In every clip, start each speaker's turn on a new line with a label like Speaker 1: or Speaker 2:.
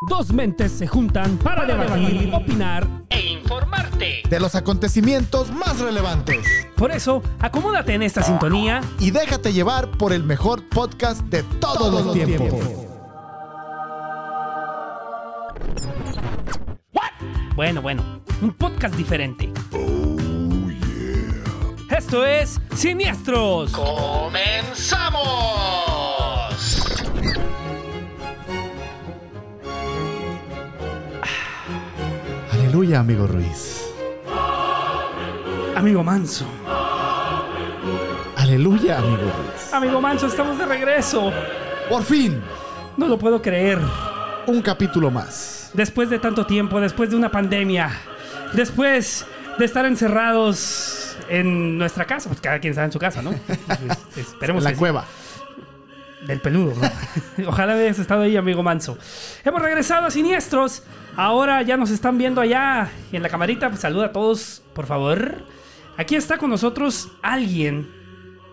Speaker 1: Dos mentes se juntan para debatir, opinar e informarte.
Speaker 2: de los acontecimientos más relevantes
Speaker 1: Por eso, acomódate en esta sintonía.
Speaker 2: y déjate llevar por el mejor podcast de todos, los tiempos.
Speaker 1: Bueno, bueno, un podcast diferente. Oh, yeah. Esto es Siniestros.
Speaker 3: ¡Comenzamos!
Speaker 2: Aleluya, amigo Ruiz.
Speaker 1: Amigo Manso.
Speaker 2: Aleluya, amigo Ruiz.
Speaker 1: Amigo Manso, estamos de regreso.
Speaker 2: Por fin,
Speaker 1: No lo puedo creer.
Speaker 2: un capítulo más.
Speaker 1: Después de tanto tiempo, después de una pandemia, después de estar encerrados en nuestra casa, pues cada quien está en su casa, ¿no? Es- Esperemos
Speaker 2: En la
Speaker 1: que sí.
Speaker 2: cueva.
Speaker 1: Del peludo, ¿no? Ojalá hayas estado ahí, amigo Manso. Hemos regresado a Siniestros. Ahora ya nos están viendo allá en la camarita. Pues saluda a todos, por favor. Aquí está con nosotros alguien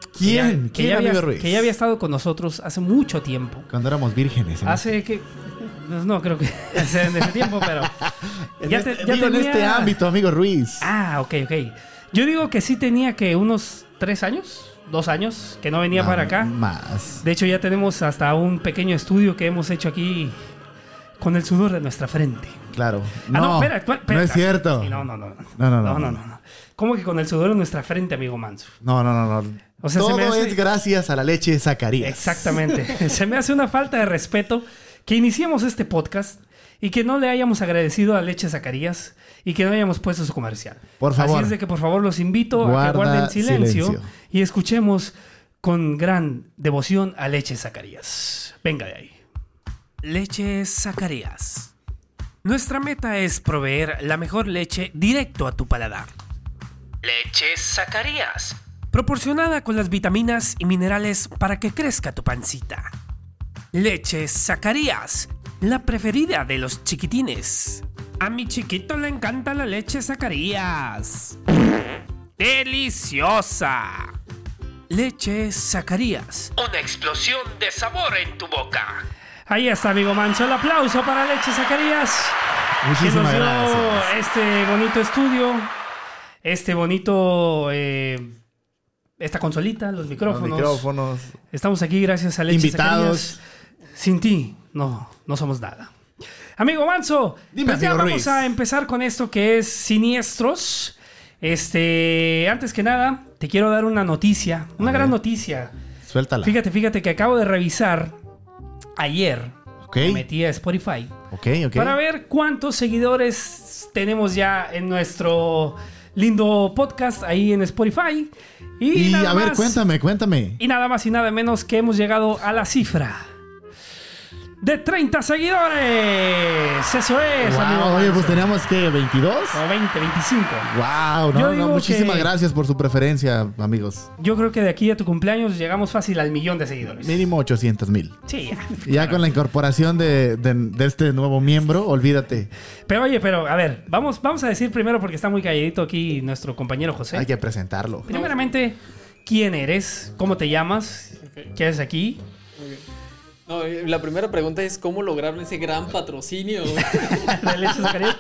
Speaker 1: que ya-
Speaker 2: ¿Quién?
Speaker 1: que,
Speaker 2: ¿Quién,
Speaker 1: ya,
Speaker 2: amigo
Speaker 1: había,
Speaker 2: Ruiz?
Speaker 1: que ya había estado con nosotros hace mucho tiempo.
Speaker 2: Cuando éramos vírgenes. en
Speaker 1: Hace que... pues, No, creo que hace en ese tiempo, pero...
Speaker 2: este- en
Speaker 1: ya
Speaker 2: este-
Speaker 1: te- ya
Speaker 2: digo, en
Speaker 1: tenía-
Speaker 2: este ámbito, amigo Ruiz.
Speaker 1: Ah, ok, ok. Yo digo que sí tenía que unos tres años, dos años, que no venía
Speaker 2: No,
Speaker 1: para acá.
Speaker 2: Más.
Speaker 1: De hecho, ya tenemos hasta un pequeño estudio que hemos hecho aquí con el sudor de nuestra frente.
Speaker 2: Claro.
Speaker 1: Ah, no,
Speaker 2: No,
Speaker 1: espera, ¿cuál- espera.
Speaker 2: no es cierto.
Speaker 1: Sí, no,
Speaker 2: No,
Speaker 1: no, no.
Speaker 2: No, no, no.
Speaker 1: no, no. ¿Cómo que con el sudor de nuestra frente, amigo Manso?
Speaker 2: no, no, no.
Speaker 1: O sea, se
Speaker 2: Todo
Speaker 1: me hace-
Speaker 2: es gracias a la leche de Zacarías.
Speaker 1: Exactamente. Se me hace una falta de respeto que iniciemos este podcast y que no le hayamos agradecido a Leche Zacarías y que no hayamos puesto su comercial.
Speaker 2: Por favor.
Speaker 1: Así es de que por favor los invito a que
Speaker 2: Guarda
Speaker 1: guarden silencio,
Speaker 2: silencio.
Speaker 1: y escuchemos con gran devoción a Leche Zacarías. Venga de ahí. Leche Zacarías. Nuestra meta es proveer la mejor leche directo a tu paladar.
Speaker 3: Leche Zacarías.
Speaker 1: proporcionada con las vitaminas y minerales para que crezca tu pancita. Leche Zacarías, la preferida de los chiquitines. A mi chiquito le encanta la leche Zacarías. ¡Deliciosa! Leche Zacarías.
Speaker 3: Una explosión de sabor en tu boca.
Speaker 1: Ahí está, amigo Manso. El aplauso para Leche Zacarías. que nos
Speaker 2: Muchísimas
Speaker 1: dio
Speaker 2: gracias.
Speaker 1: este bonito estudio, este bonito. eh, esta consolita, los
Speaker 2: Los
Speaker 1: micrófonos.
Speaker 2: micrófonos.
Speaker 1: Estamos aquí gracias a Leche
Speaker 2: Invitados.
Speaker 1: Zacarías. Sin ti, no, no somos nada. Amigo Manso,
Speaker 2: Dime,
Speaker 1: pues ya
Speaker 2: amigo
Speaker 1: vamos
Speaker 2: Ruiz.
Speaker 1: a empezar con esto que es Siniestros. Este, antes que nada, te quiero dar una noticia, una
Speaker 2: A
Speaker 1: gran
Speaker 2: ver.
Speaker 1: noticia.
Speaker 2: Suéltala.
Speaker 1: Fíjate, fíjate que acabo de revisar ayer,
Speaker 2: Ok,
Speaker 1: me metí a Spotify,
Speaker 2: ok, ok.
Speaker 1: para ver cuántos seguidores tenemos ya en nuestro lindo podcast ahí en Spotify. Y,
Speaker 2: Y
Speaker 1: nada
Speaker 2: a ver,
Speaker 1: más-
Speaker 2: cuéntame, cuéntame.
Speaker 1: y nada más y nada menos que hemos llegado a la cifra de 30 seguidores. Eso es,
Speaker 2: Wow,
Speaker 1: amigo
Speaker 2: oye, pues
Speaker 1: Manso.
Speaker 2: teníamos que 22.
Speaker 1: O 20, 25.
Speaker 2: Wow,
Speaker 1: Yo
Speaker 2: no,
Speaker 1: digo
Speaker 2: no, muchísimas
Speaker 1: que-
Speaker 2: gracias por su preferencia, amigos.
Speaker 1: Yo creo que de aquí a tu cumpleaños llegamos fácil al millón de seguidores.
Speaker 2: Mínimo 800 mil.
Speaker 1: Sí, ya.
Speaker 2: Ya con la incorporación de, de- de este nuevo miembro, olvídate.
Speaker 1: Pero oye, pero a ver, vamos, vamos a decir primero porque está muy calladito aquí nuestro compañero José.
Speaker 2: Hay que presentarlo.
Speaker 1: Primeramente, ¿quién eres? ¿Cómo te llamas?
Speaker 4: Ok.
Speaker 1: ¿Qué haces aquí?
Speaker 4: No, eh, la primera pregunta es cómo lograr ese gran patrocinio. güey?
Speaker 1: ¿De leche Zacarías?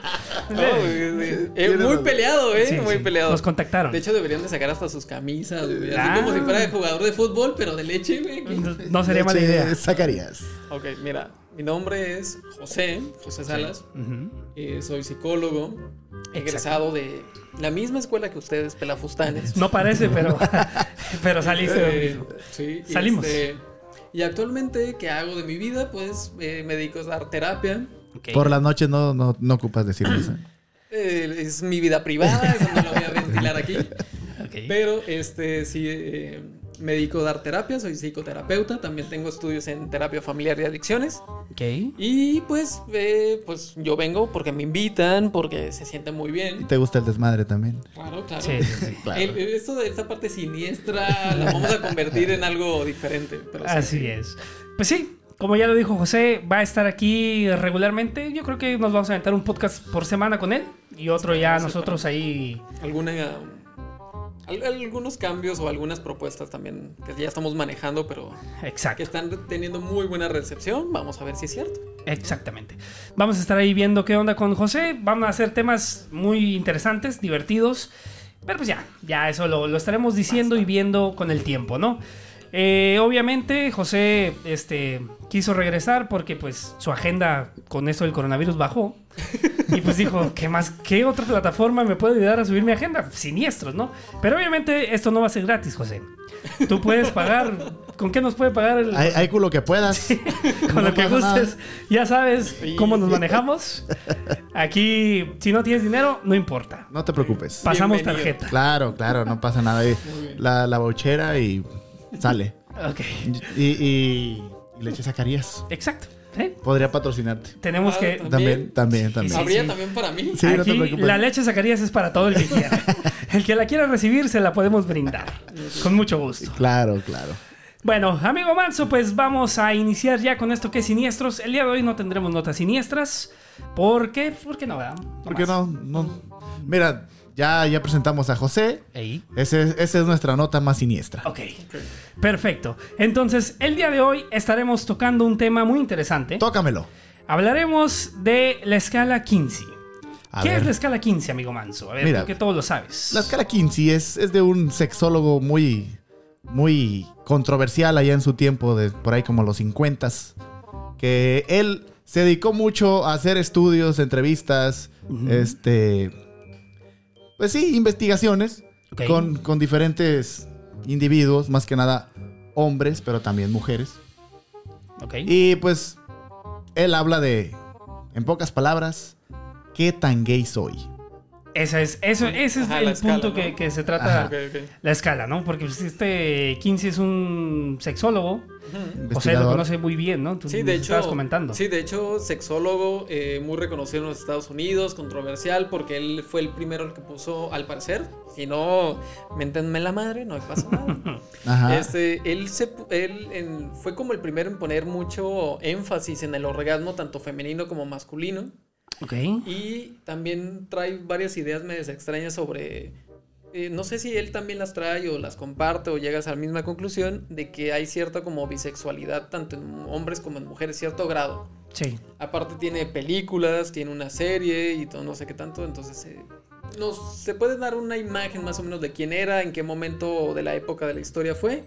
Speaker 4: No, güey, eh, eh, muy peleado, eh,
Speaker 1: Sí,
Speaker 4: muy
Speaker 1: sí,
Speaker 4: peleado.
Speaker 1: Nos contactaron.
Speaker 4: De hecho deberían de sacar hasta sus camisas, güey, así
Speaker 1: Ah.
Speaker 4: como si fuera de jugador de fútbol, pero de leche, güey. que-
Speaker 1: no, no sería mala
Speaker 2: Leche
Speaker 1: idea.
Speaker 2: Zacarías.
Speaker 4: Ok, mira, mi nombre es José, José Salas.
Speaker 1: Ujú.
Speaker 4: eh, soy psicólogo, egresado de la misma escuela que ustedes, Pelafustanes.
Speaker 1: No parece, pero, pero saliste de lo
Speaker 4: Eh,
Speaker 1: mismo.
Speaker 4: sí, y
Speaker 1: Salimos.
Speaker 4: este, y actualmente, ¿qué hago de mi vida? Pues eh, me dedico a dar terapia.
Speaker 1: Ok.
Speaker 2: Por las noches no, no, no ocupas decir eso.
Speaker 4: Eh, es mi vida privada, eso no lo voy a ventilar aquí.
Speaker 1: Ok.
Speaker 4: Pero este sí eh, me dedico a dar terapia, soy psicoterapeuta, también tengo estudios en terapia familiar y adicciones.
Speaker 1: Ok.
Speaker 4: Y pues, eh, pues yo vengo porque me invitan, porque se siente muy bien.
Speaker 2: ¿Te gusta el desmadre también?
Speaker 4: Claro, claro.
Speaker 1: Sí, sí, sí.
Speaker 2: Claro.
Speaker 4: El- eh, esto de esta parte siniestra la vamos a convertir en algo diferente. Pero sí,
Speaker 1: Así
Speaker 4: sí.
Speaker 1: es. Pues sí, como ya lo dijo José, va a estar aquí regularmente. Yo creo que nos vamos a aventar un podcast por semana con él y otro ya nosotros ahí.
Speaker 4: Alguna al- algunos cambios o algunas propuestas también que ya estamos manejando, pero que
Speaker 1: Exacto.
Speaker 4: están teniendo muy buena recepción. Vamos a ver si es cierto.
Speaker 1: Exactamente. Vamos a estar ahí viendo qué onda con José. Van a hacer temas muy interesantes, divertidos. Pero pues ya, ya eso lo, lo estaremos diciendo y viendo con el tiempo, ¿no? Eh, obviamente José este, quiso regresar porque pues su agenda con eso del coronavirus bajó. Y pues dijo, ¿qué más? ¿Qué otra plataforma me puede ayudar a subir mi agenda? Siniestros, ¿no? Pero obviamente esto no va a ser gratis, José. Tú puedes pagar... ¿Con qué nos puede pagar el,
Speaker 2: Hay, hay culo que puedas.
Speaker 1: con
Speaker 2: No
Speaker 1: lo que
Speaker 2: pasa nada.
Speaker 1: gustes. Ya sabes cómo nos manejamos. Aquí, si no tienes dinero, no importa.
Speaker 2: No te preocupes.
Speaker 1: Pasamos
Speaker 4: Bienvenido.
Speaker 1: tarjeta.
Speaker 2: Claro, claro, no pasa nada. Y La, la bauchera y sale.
Speaker 1: Ok,
Speaker 2: Y, y, y leche Zacarías.
Speaker 1: exacto. ¿eh?
Speaker 2: Podría patrocinarte.
Speaker 1: Tenemos
Speaker 4: Ah,
Speaker 1: que.
Speaker 2: También, también,
Speaker 1: Sí,
Speaker 2: también.
Speaker 4: Habría
Speaker 1: sí.
Speaker 4: también para mí.
Speaker 2: Sí, no te
Speaker 1: aquí,
Speaker 2: preocupes.
Speaker 1: la leche Zacarías es para todo el que quiera. El que la quiera recibir, se la podemos brindar. Con mucho gusto.
Speaker 2: Claro, claro.
Speaker 1: Bueno, amigo Manso, pues vamos a iniciar ya con esto que es siniestros. El día de hoy no tendremos notas siniestras. ¿Por qué? ¿Por qué no, verdad?
Speaker 2: ¿Por qué
Speaker 1: más.
Speaker 2: no? no? Mira, ya, ya presentamos a José.
Speaker 1: Ey.
Speaker 2: Ese- Esa es nuestra nota más siniestra.
Speaker 1: Ok, perfecto. Entonces, el día de hoy estaremos tocando un tema muy interesante.
Speaker 2: Tócamelo.
Speaker 1: Hablaremos de la escala 15.
Speaker 2: A
Speaker 1: ¿Qué
Speaker 2: ver.
Speaker 1: es la escala 15, amigo Manso? A ver,
Speaker 2: Mira.
Speaker 1: tú que todo lo sabes.
Speaker 2: La escala 15 es, es de un sexólogo muy, muy controversial allá en su tiempo, de por ahí como los 50 que él se dedicó mucho a hacer estudios, entrevistas, este, pues sí, investigaciones
Speaker 1: Ok.
Speaker 2: con, con diferentes individuos, más que nada hombres, pero también mujeres.
Speaker 1: Ok.
Speaker 2: Y pues él habla de, en pocas palabras, ¿qué tan gay soy?
Speaker 1: Esa es, eso, ese es
Speaker 4: Ajá,
Speaker 1: el
Speaker 4: la escala,
Speaker 1: punto
Speaker 4: ¿no?
Speaker 1: que, que se trata
Speaker 2: Ajá.
Speaker 4: Ah, Ok, ok.
Speaker 1: la escala, ¿no? Porque pues, este 15 es un sexólogo.
Speaker 4: Ujú.
Speaker 1: O sea, lo
Speaker 2: Investigador.
Speaker 1: conoce muy bien, ¿no? Tú
Speaker 4: Sí,
Speaker 1: nos
Speaker 4: de hecho.
Speaker 1: Estabas comentando.
Speaker 4: Sí, de hecho, sexólogo eh, muy reconocido en los Estados Unidos, controversial, porque él fue el primero que puso, al parecer, si no, méntenme la madre, no me pasa nada.
Speaker 1: Ah.
Speaker 2: Ajá.
Speaker 4: Este, él se, pu- él en- fue como el primero en poner mucho énfasis en el orgasmo, tanto femenino como masculino.
Speaker 1: Ok.
Speaker 4: Y también trae varias ideas medias extrañas sobre. eh, no sé si él también las trae o las comparte o llegas a la misma conclusión de que hay cierta como bisexualidad tanto en hombres como en mujeres, cierto grado.
Speaker 1: Sí.
Speaker 4: Aparte tiene películas, tiene una serie y todo no sé qué tanto, entonces eh, nos, se puede dar una imagen más o menos de quién era, en qué momento de la época de la historia fue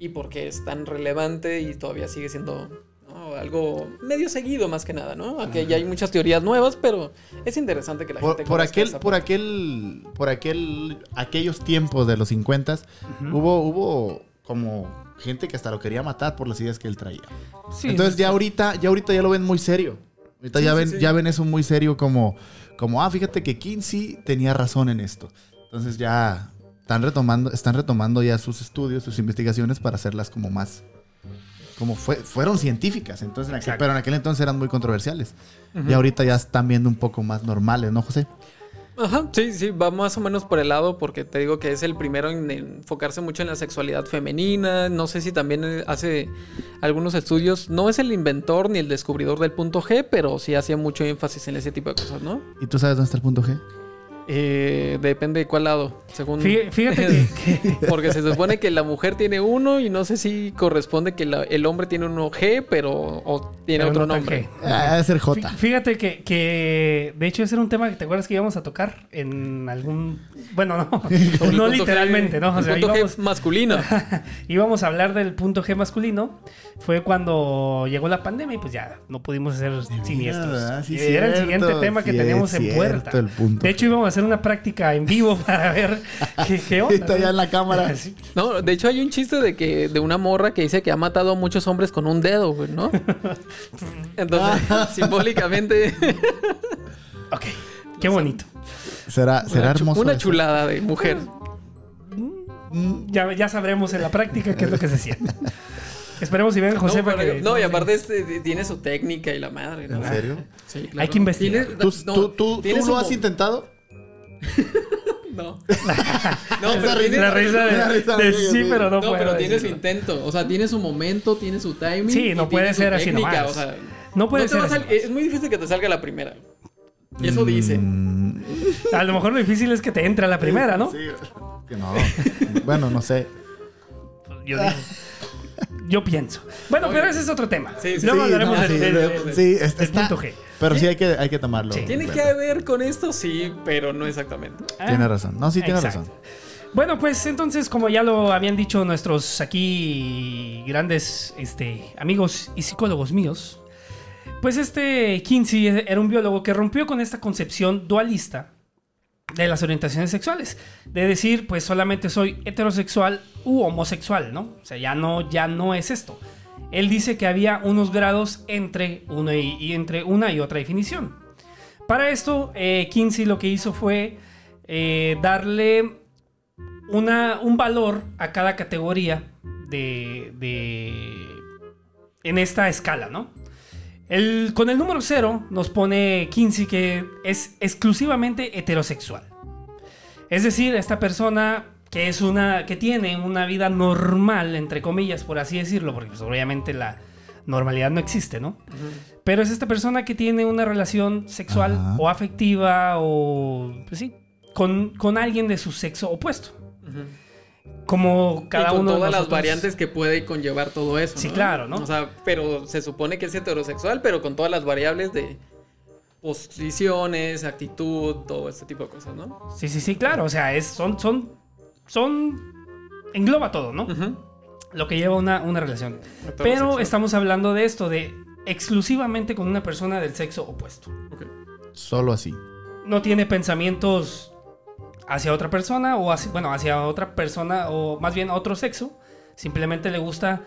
Speaker 4: y por qué es tan relevante y todavía sigue siendo ¿no? algo medio seguido más que nada, ¿no? Aunque ya hay muchas teorías nuevas, pero es interesante que la
Speaker 2: Por,
Speaker 4: gente...
Speaker 2: por
Speaker 4: conozca
Speaker 2: aquel,
Speaker 4: esa
Speaker 2: por
Speaker 4: parte.
Speaker 2: aquel, por aquel, aquellos tiempos de los 50 hubo, hubo como gente que hasta lo quería matar por las ideas que él traía.
Speaker 1: Sí,
Speaker 2: Entonces
Speaker 1: sí,
Speaker 2: ya ahorita, ya ahorita ya lo ven muy serio. Ahorita
Speaker 4: Sí,
Speaker 2: ya
Speaker 4: sí,
Speaker 2: ven,
Speaker 4: sí.
Speaker 2: ya ven eso muy serio como, como ah, fíjate que Kinsey tenía razón en esto. Entonces ya están retomando, están retomando ya sus estudios, sus investigaciones para hacerlas como más, como fue, fueron científicas. Entonces, en aquel-
Speaker 1: Exacto.
Speaker 2: pero en aquel entonces eran muy controversiales. Y ahorita ya están viendo un poco más normales, ¿no, José?
Speaker 4: Ajá, sí, sí, va más o menos por el lado porque te digo que es el primero en enfocarse mucho en la sexualidad femenina, no sé si también eh, hace algunos estudios, no es el inventor ni el descubridor del punto G, pero sí hacía mucho énfasis en ese tipo de cosas, ¿no?
Speaker 2: ¿Y tú sabes dónde está el punto G?
Speaker 4: Eh, depende de cuál lado, según...
Speaker 1: Fí- Fíjate que- que
Speaker 4: Porque se supone que la mujer tiene uno y no sé si corresponde que la- el hombre tiene uno G, pero o tiene
Speaker 1: pero
Speaker 4: otro
Speaker 1: no tan G.
Speaker 4: nombre.
Speaker 2: Ah, debe ser
Speaker 1: Fí-
Speaker 2: J.
Speaker 1: Fíjate que, que, de hecho ese era un tema que te acuerdas que íbamos a tocar en algún bueno no
Speaker 4: El
Speaker 1: no
Speaker 4: punto G-
Speaker 1: literalmente no o sea,
Speaker 4: el punto
Speaker 1: íbamos,
Speaker 4: G masculino.
Speaker 1: íbamos a hablar del punto G masculino fue cuando llegó la pandemia y pues ya no pudimos hacer
Speaker 2: ¿verdad?
Speaker 1: siniestros
Speaker 2: Ah, Sí,
Speaker 1: era el
Speaker 2: cierto,
Speaker 1: siguiente tema que
Speaker 2: sí,
Speaker 1: teníamos
Speaker 2: es
Speaker 1: en puerta
Speaker 2: cierto, el punto
Speaker 1: de hecho íbamos a hacer una práctica en vivo para ver qué, qué onda
Speaker 2: Está allá en la cámara.
Speaker 1: Sí.
Speaker 4: No, de hecho hay un chiste de que de una morra que dice que ha matado a muchos hombres con un dedo, güey, ¿no? Entonces,
Speaker 1: Ah.
Speaker 4: simbólicamente,
Speaker 1: ok qué bonito
Speaker 2: Será, será
Speaker 4: una chu-
Speaker 2: hermoso.
Speaker 4: una
Speaker 2: eso? Mm,
Speaker 4: chulada de mujer.
Speaker 1: ya, ya sabremos en la práctica qué es lo que se siente esperemos si ven José
Speaker 4: no,
Speaker 1: para
Speaker 4: pero-
Speaker 1: que-
Speaker 4: no, y aparte este, tiene su técnica y la madre, ¿no?
Speaker 2: ¿En
Speaker 1: Ah.
Speaker 2: serio?
Speaker 4: Sí,
Speaker 1: Hay que investigar.
Speaker 4: Tiene-
Speaker 2: ¿Tú,
Speaker 4: no,
Speaker 2: tú, tú,
Speaker 4: tiene
Speaker 2: tú
Speaker 4: su
Speaker 2: lo has
Speaker 4: mo-
Speaker 2: intentado?
Speaker 4: No. No,
Speaker 2: Esa
Speaker 4: pero tiene-
Speaker 1: La risa de,
Speaker 2: La risa
Speaker 1: de
Speaker 2: de-
Speaker 1: sí, pero no,
Speaker 4: No,
Speaker 1: puedo
Speaker 4: pero tiene su
Speaker 1: decirlo.
Speaker 4: intento. O sea, tiene su momento, tiene su timing.
Speaker 1: Sí, no
Speaker 4: y
Speaker 1: puede
Speaker 4: tiene su
Speaker 1: ser así
Speaker 4: técnica,
Speaker 1: nomás.
Speaker 4: o sea,
Speaker 1: No puede
Speaker 4: te
Speaker 1: ser
Speaker 4: va a
Speaker 1: así
Speaker 4: sal- Es muy difícil que te salga la primera. Eso dice.
Speaker 2: Mm,
Speaker 1: A lo mejor lo difícil es que te entre a la primera, ¿no?
Speaker 2: sí. Que No. bueno, no sé.
Speaker 1: Yo digo. Yo pienso. Bueno, pero ese es otro tema.
Speaker 4: Sí, sí,
Speaker 1: Luego
Speaker 2: sí,
Speaker 1: hablaremos
Speaker 2: no,
Speaker 1: del-
Speaker 2: sí,
Speaker 1: del-
Speaker 2: de-
Speaker 1: del-
Speaker 2: sí, es-
Speaker 1: del
Speaker 2: está-
Speaker 1: punto G.
Speaker 2: Pero sí hay que, hay que tomarlo.
Speaker 1: Sí.
Speaker 4: Tiene que
Speaker 2: ¿verdad?
Speaker 4: haber con esto, sí, pero no exactamente.
Speaker 1: Ah,
Speaker 2: Tiene razón. No, sí, tiene
Speaker 1: exacto.
Speaker 2: razón.
Speaker 1: Bueno, pues entonces, como ya lo habían dicho nuestros aquí grandes este, amigos y psicólogos míos, pues este Kinsey era un biólogo que rompió con esta concepción dualista de las orientaciones sexuales, de decir, pues solamente soy heterosexual u homosexual, ¿no? O sea, ya no, ya no es esto. Él dice que había unos grados entre una y, y entre una y otra definición. Para esto, eh, Kinsey lo que hizo fue eh, darle una, un valor a cada categoría de, de- en esta escala, ¿no? El, con el número 0 nos pone 15 que es exclusivamente heterosexual. Es decir, esta persona que es una que tiene una vida normal entre comillas, por así decirlo, porque pues, obviamente la normalidad no existe, ¿no? Pero es esta persona que tiene una relación sexual
Speaker 2: Ajá.
Speaker 1: o afectiva o pues sí, con, con alguien de su sexo opuesto
Speaker 4: Ujú.
Speaker 1: como cada
Speaker 4: y con
Speaker 1: uno de
Speaker 4: todas las
Speaker 1: nosotros.
Speaker 4: variantes que puede conllevar todo eso.
Speaker 1: Sí, claro, ¿no?
Speaker 4: O sea, pero se supone que es heterosexual, pero con todas las variables de posiciones, actitud, todo este tipo de cosas, ¿no?
Speaker 1: Sí, sí, sí, claro. O sea, es, son, son, son, engloba todo, ¿no?
Speaker 4: Ujú.
Speaker 1: Lo que lleva una, una relación. Pero
Speaker 4: Heterosexual.
Speaker 1: estamos hablando de esto, de exclusivamente con una persona del sexo opuesto.
Speaker 4: Ok.
Speaker 2: Solo así.
Speaker 1: No tiene pensamientos hacia otra persona o hacia, bueno, hacia otra persona o más bien a otro sexo. Simplemente le gusta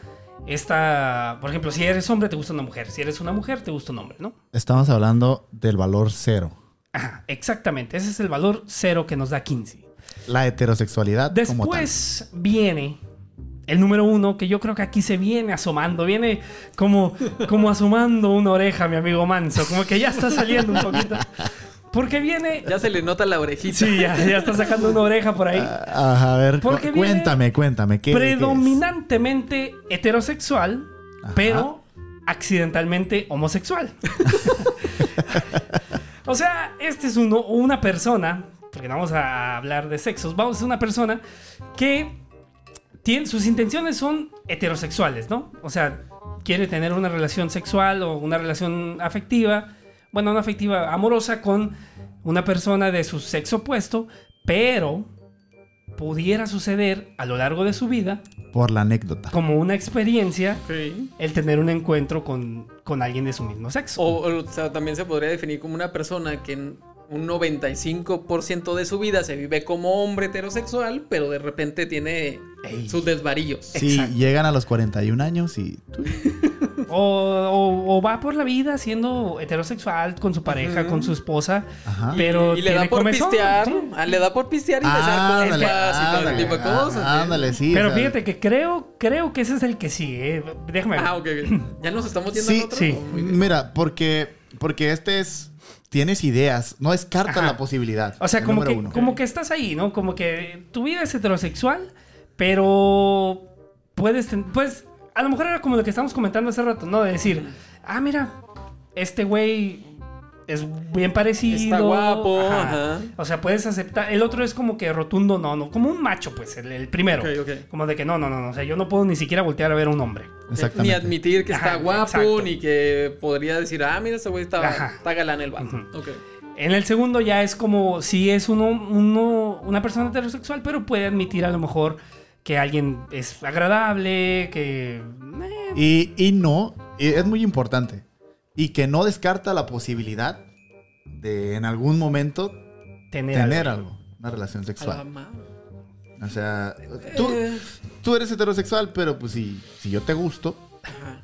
Speaker 1: esta, por ejemplo, si eres hombre te gusta una mujer, si eres una mujer te gusta un hombre, ¿no?
Speaker 2: Estamos hablando del valor cero.
Speaker 1: Ajá, exactamente. Ese es el valor cero que nos da 15.
Speaker 2: La heterosexualidad como tal.
Speaker 1: Después viene el número uno, que yo creo que aquí se viene asomando, viene como, como asomando una oreja, mi amigo Manso, como que ya está saliendo un poquito. Porque viene...
Speaker 4: Ya se le nota la orejita.
Speaker 1: Sí, ya, ya está sacando una oreja por ahí.
Speaker 2: Ah, a ver, cu-
Speaker 1: Porque viene
Speaker 2: cuéntame, cuéntame. ¿qué,
Speaker 1: Predominantemente heterosexual,
Speaker 2: Ajá.
Speaker 1: pero accidentalmente homosexual. o sea, este es uno, una persona, porque no vamos a hablar de sexos, vamos a una persona que tiene, sus intenciones son heterosexuales, ¿no? O sea, quiere tener una relación sexual o una relación afectiva, bueno, una afectiva amorosa con una persona de su sexo opuesto, pero pudiera suceder a lo largo de su vida
Speaker 2: qué es? Por la anécdota.
Speaker 1: como una experiencia
Speaker 4: Ok.
Speaker 1: el tener un encuentro con, con alguien de su mismo sexo.
Speaker 4: O, o sea, también se podría definir como una persona que en un 95% de su vida se vive como hombre heterosexual, pero de repente tiene
Speaker 1: Ey.
Speaker 4: sus desvaríos.
Speaker 2: Si
Speaker 1: Exacto.
Speaker 2: llegan a los 41 años y tú-
Speaker 1: O, o- o va por la vida siendo heterosexual con su pareja,
Speaker 4: Ujú.
Speaker 1: con su esposa.
Speaker 2: Ajá.
Speaker 4: Y-
Speaker 1: Pero
Speaker 4: y, le da
Speaker 1: tiene
Speaker 4: por
Speaker 1: comezón,
Speaker 4: pistear,
Speaker 1: sí.
Speaker 4: ah, le da por pistear y besar
Speaker 2: Ándale,
Speaker 4: compas y todo ese
Speaker 2: ándale,
Speaker 4: tipo de
Speaker 2: á-
Speaker 4: cosas. ¿sí?
Speaker 2: ándale, sí. o
Speaker 1: Pero
Speaker 2: sea,
Speaker 1: fíjate que creo, creo que ese es el que sigue. eh. Déjame ver.
Speaker 4: Ah, ok, ok. ¿Ya nos estamos yendo
Speaker 2: Sí,
Speaker 4: al otro? Oh,
Speaker 1: sí.
Speaker 4: Muy bien.
Speaker 2: Mira, porque, porque este es. Tienes ideas, no descarta
Speaker 1: Ajá.
Speaker 2: la posibilidad.
Speaker 1: O sea,
Speaker 2: el
Speaker 1: como
Speaker 2: número
Speaker 1: que,
Speaker 2: uno.
Speaker 1: como que estás ahí, ¿no? Como que tu vida es heterosexual, pero puedes, ten- pues, a lo mejor era como lo que estábamos comentando hace rato, ¿no? De decir, ah, mira, este güey es bien parecido.
Speaker 4: Está guapo, ajá.
Speaker 1: O sea, puedes aceptar. El otro es como que rotundo, no, no, como un macho, pues, el, el primero.
Speaker 4: Ok, ok.
Speaker 1: Como de que no, no, no, no, o sea, yo no puedo ni siquiera voltear a ver a un hombre.
Speaker 4: Ni
Speaker 2: Exactamente.
Speaker 4: admitir que está
Speaker 1: Ajá,
Speaker 4: guapo,
Speaker 1: exacto.
Speaker 4: ni que podría decir, ah, mira, ese güey está,
Speaker 1: Ajá.
Speaker 4: está galán el vato.
Speaker 1: Ujú.
Speaker 4: Ok.
Speaker 1: En el segundo ya es como si es uno, uno- una persona heterosexual, pero puede admitir a lo mejor que alguien es agradable, que... eh,
Speaker 2: Y, y no, y es muy importante. Y que no descarta la posibilidad de en algún momento
Speaker 1: tener...
Speaker 2: tener
Speaker 1: algo.
Speaker 2: algo, una relación
Speaker 4: A la
Speaker 2: sexual.
Speaker 4: madre.
Speaker 2: O sea, tú,
Speaker 4: Eh,
Speaker 2: tú eres heterosexual, pero pues si, si yo te gusto,
Speaker 4: ajá.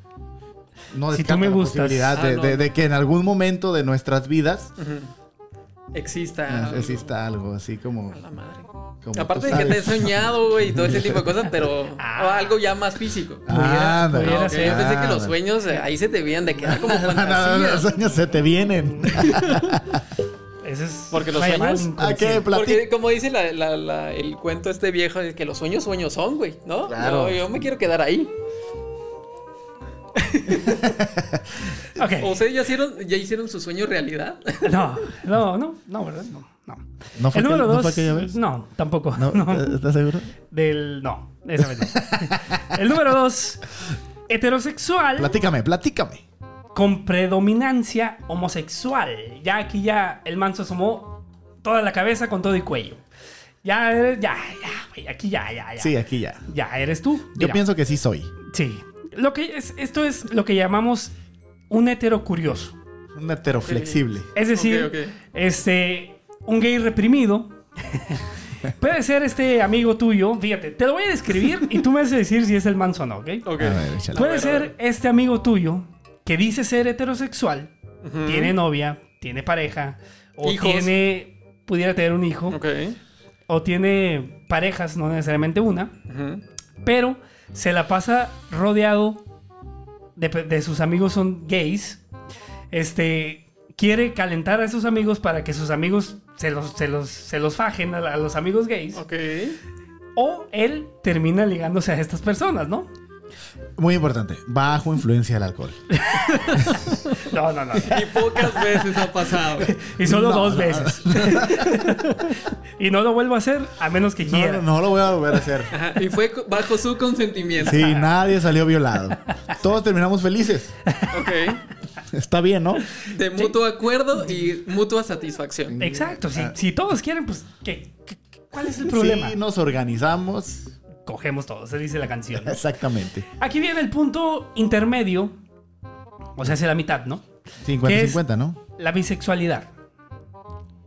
Speaker 2: no
Speaker 1: Si tú
Speaker 2: descarta
Speaker 1: me
Speaker 2: la
Speaker 1: gustas.
Speaker 2: posibilidad
Speaker 4: Ah,
Speaker 2: de,
Speaker 4: no,
Speaker 2: de-
Speaker 4: no.
Speaker 2: de que en algún momento de nuestras vidas
Speaker 4: Ujú. Exista.
Speaker 2: eh,
Speaker 4: algo.
Speaker 2: exista algo así como...
Speaker 4: A la madre.
Speaker 2: como
Speaker 4: Aparte
Speaker 2: tú
Speaker 4: de que te he
Speaker 2: sabes.
Speaker 4: soñado, güey, y todo ese tipo de cosas, pero
Speaker 1: Ah.
Speaker 4: o algo ya más físico.
Speaker 2: Ah, ándale.
Speaker 1: pudiera
Speaker 4: Ah, ok,
Speaker 1: ser.
Speaker 4: Yo pensé que
Speaker 2: Ándale.
Speaker 4: los sueños eh, ahí se te veían de quedar como
Speaker 2: No, no, no,
Speaker 4: fantasías.
Speaker 2: los sueños se te vienen.
Speaker 1: Ese es...
Speaker 4: Porque los
Speaker 1: vaya,
Speaker 4: sueños-
Speaker 1: mal
Speaker 2: ¿A qué
Speaker 1: inconsciente.
Speaker 4: Porque
Speaker 2: platica?
Speaker 4: como dice la- la- la- el cuento este viejo, es que los sueños sueños son, güey, ¿no?
Speaker 2: Claro.
Speaker 4: No, yo me quiero quedar ahí. O
Speaker 1: Ok.
Speaker 4: sea, ya hicieron, ya hicieron su sueño realidad.
Speaker 1: No, no, no, no, ¿verdad? No. no.
Speaker 2: ¿No fue
Speaker 1: el número
Speaker 2: aquel- no
Speaker 1: dos.
Speaker 2: fue aquella vez?
Speaker 1: no, tampoco.
Speaker 2: No, eh.
Speaker 1: no.
Speaker 2: ¿Estás seguro?
Speaker 1: Del. No, esa vez no. El número dos. Heterosexual
Speaker 2: Platícame, platícame.
Speaker 1: con predominancia homosexual. Ya aquí ya el man se asomó toda la cabeza con todo y cuello. Ya, eres- ya, ya, güey, aquí ya, ya, ya.
Speaker 2: Sí, aquí ya.
Speaker 1: Ya eres tú.
Speaker 2: Yo
Speaker 1: Mira,
Speaker 2: pienso que sí soy.
Speaker 1: Sí. Lo que es, esto es lo que llamamos un hetero curioso.
Speaker 2: Un heteroflexible.
Speaker 1: Es decir,
Speaker 4: Ok, ok.
Speaker 1: este, un gay reprimido. Puede ser este amigo tuyo. Fíjate, te lo voy a describir y tú me vas a decir si es el manso o no, ¿ok?
Speaker 4: Ok.
Speaker 2: A ver, échala.
Speaker 1: Puede
Speaker 4: ver, a
Speaker 1: ser
Speaker 4: ver.
Speaker 1: este amigo tuyo que dice ser heterosexual,
Speaker 4: Ujú.
Speaker 1: tiene novia, tiene pareja, o
Speaker 4: Hijos.
Speaker 1: tiene, pudiera tener un hijo,
Speaker 4: Ok.
Speaker 1: o tiene parejas, no necesariamente una,
Speaker 4: Ujú.
Speaker 1: pero se la pasa rodeado de, de sus amigos son gays. Este quiere calentar a sus amigos para que sus amigos se los, se los, se los fajen a, la- a los amigos gays.
Speaker 4: Ok.
Speaker 1: O él termina ligándose a estas personas, ¿no?
Speaker 2: Muy importante. Bajo influencia del alcohol.
Speaker 1: No, no, no.
Speaker 4: Y pocas veces ha pasado.
Speaker 1: Y solo
Speaker 2: No,
Speaker 1: dos
Speaker 2: no.
Speaker 1: veces. y no lo vuelvo a hacer a menos que
Speaker 2: No,
Speaker 1: quiera.
Speaker 2: no, no lo voy a volver a hacer.
Speaker 4: Ajá, Y fue co- bajo su consentimiento.
Speaker 2: Sí, nadie salió violado. Todos terminamos felices.
Speaker 4: Ok.
Speaker 2: Está bien, ¿no?
Speaker 4: De mutuo acuerdo y mutua satisfacción.
Speaker 1: Exacto. Si, si todos quieren, pues, ¿qué, qué- qué- cuál es el problema?
Speaker 2: Ah. Sí, nos organizamos.
Speaker 1: Cogemos todos, se dice la canción.
Speaker 2: Exactamente.
Speaker 1: Aquí viene el punto intermedio, o sea, es la mitad, ¿no? ¿Qué es?
Speaker 2: 50-50, ¿no?
Speaker 1: La bisexualidad.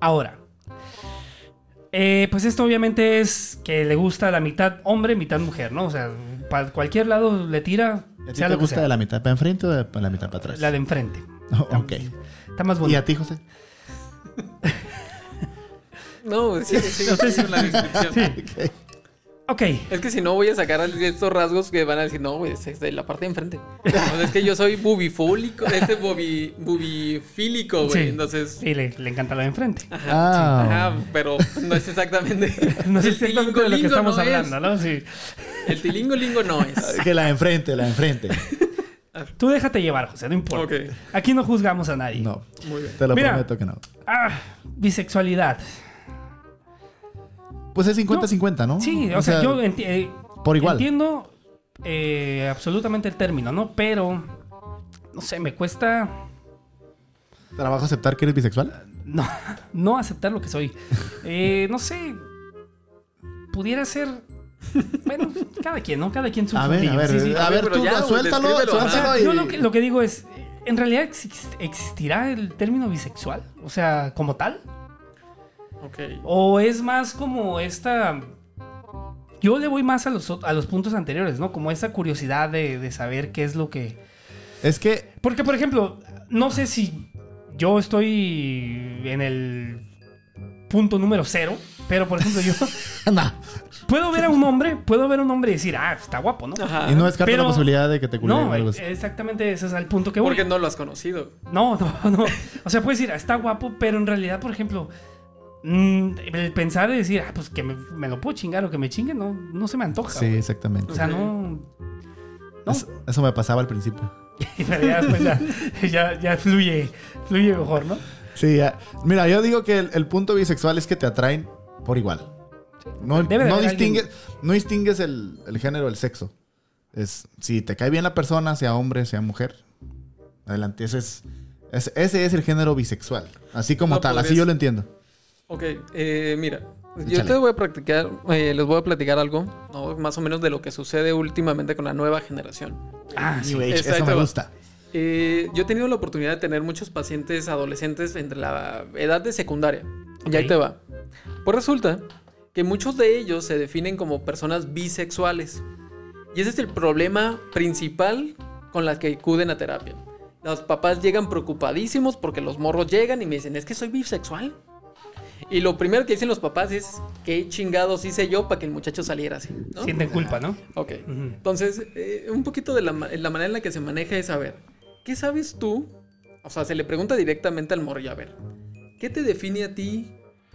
Speaker 1: Ahora, eh, pues esto obviamente es que le gusta la mitad hombre, mitad mujer, ¿no? O sea, para cualquier lado le tira,
Speaker 2: ¿A ti
Speaker 1: sea
Speaker 2: te
Speaker 1: lo que
Speaker 2: gusta
Speaker 1: sea.
Speaker 2: de la mitad para enfrente o de la mitad para atrás?
Speaker 1: La de enfrente.
Speaker 2: ok.
Speaker 1: Está más
Speaker 2: ¿Y
Speaker 1: bonita.
Speaker 2: a ti, José?
Speaker 4: No, sí, sí, sí, sí, la descripción.
Speaker 1: Ok,
Speaker 4: Es que si no voy a sacar estos rasgos que van a decir, no, güey, es es de la parte de enfrente. No, es que yo soy bubifólico, este bubi, bubifílico, güey.
Speaker 1: Sí.
Speaker 4: Entonces,
Speaker 1: sí, le, le encanta la de enfrente.
Speaker 2: Ah,
Speaker 4: ajá, pero no es exactamente.
Speaker 1: No sé
Speaker 4: el
Speaker 1: exactamente de lo que
Speaker 4: tilingolingo
Speaker 1: estamos
Speaker 4: no es.
Speaker 1: hablando, ¿no? Sí.
Speaker 4: El tilingolingo no es.
Speaker 2: que la de enfrente, la de enfrente.
Speaker 1: Tú déjate llevar, José, no importa.
Speaker 4: Ok.
Speaker 1: Aquí no juzgamos a nadie.
Speaker 2: No,
Speaker 4: Muy bien.
Speaker 2: te lo
Speaker 1: Mira.
Speaker 2: prometo que no.
Speaker 1: Ah, bisexualidad.
Speaker 2: Pues es 50-50, ¿no?
Speaker 1: Sí, o, sea, yo enti- eh,
Speaker 2: por igual.
Speaker 1: entiendo eh, absolutamente el término, ¿no? Pero, no sé, me cuesta
Speaker 2: ¿Trabajo aceptar que eres bisexual?
Speaker 1: no, no aceptar lo que soy. Eh, no sé, pudiera ser... Bueno, cada quien, ¿no? Cada quien su
Speaker 2: A ver, a
Speaker 1: fundillo,
Speaker 2: ver,
Speaker 1: sí, sí.
Speaker 2: a
Speaker 4: A ver,
Speaker 2: ver,
Speaker 4: pero
Speaker 2: tú
Speaker 4: ya, güey,
Speaker 2: suéltalo,
Speaker 4: descríbelo,
Speaker 2: suéltalo
Speaker 4: ajá.
Speaker 2: y...
Speaker 1: Yo lo que, lo que digo es, ¿en realidad exis- existirá el término bisexual? O sea, como tal.
Speaker 4: Ok.
Speaker 1: ¿O es más como esta... Yo le voy más a los, ot- a los puntos anteriores, ¿no? Como esa curiosidad de, de saber qué es lo que...
Speaker 2: Es que
Speaker 1: Porque, por ejemplo, no sé si yo estoy en el punto número cero, pero, por ejemplo, yo
Speaker 2: Anda.
Speaker 1: puedo ver a un hombre, puedo ver a un hombre y decir, ah, está guapo, ¿no?
Speaker 4: Ajá.
Speaker 2: Y no descarto
Speaker 1: Pero-
Speaker 2: la posibilidad de que te culé
Speaker 1: No, eh,
Speaker 2: o algo así.
Speaker 1: exactamente ese es el punto que voy.
Speaker 4: Porque no lo has conocido.
Speaker 1: No, no, no. O sea, puedes decir, "Ah, está guapo, pero en realidad, por ejemplo, mm, el pensar de decir, ah, pues que me, me lo puedo chingar o que me chinguen, no, no se me antoja.
Speaker 2: Sí,
Speaker 1: güey.
Speaker 2: exactamente.
Speaker 1: O sea,
Speaker 4: ok.
Speaker 1: no. no.
Speaker 2: Eso, eso me pasaba al principio.
Speaker 1: Pero ya, después ya, ya- ya fluye, fluye mejor, ¿no?
Speaker 2: Sí, ya. mira, yo digo que el, el punto bisexual es que te atraen por igual. No,
Speaker 1: Debe de
Speaker 2: no
Speaker 1: haber
Speaker 2: distingues, no distingues el, el género, el sexo. Es, si te cae bien la persona, sea hombre, sea mujer, adelante. Ese es, es- ese es el género bisexual. Así como
Speaker 4: No
Speaker 2: tal, así
Speaker 4: podrías-
Speaker 2: yo lo entiendo.
Speaker 4: Ok, eh, mira, yo
Speaker 2: Échale.
Speaker 4: te voy a practicar, eh, les voy a platicar algo, ¿no? más o menos de lo que sucede últimamente con la nueva generación.
Speaker 1: Ah, sí.
Speaker 2: New Age,
Speaker 4: Exacto.
Speaker 2: eso me gusta.
Speaker 4: Eh, yo he tenido la oportunidad de tener muchos pacientes adolescentes entre la edad de secundaria.
Speaker 1: Ok.
Speaker 4: Y ahí te va. Pues resulta que muchos de ellos se definen como personas bisexuales. Y ese es el problema principal con las que acuden a terapia. Los papás llegan preocupadísimos porque los morros llegan y me dicen, es que soy bisexual. Y lo primero que dicen los papás es, ¿qué chingados hice yo para que el muchacho saliera así? ¿no?
Speaker 1: Sienten culpa, ¿no?
Speaker 4: Ok.
Speaker 1: Ujú.
Speaker 4: Entonces, eh, un poquito de la, ma- la manera en la que se maneja es saber, ¿qué sabes tú? O sea, se le pregunta directamente al morro, y a ver, ¿qué te define a ti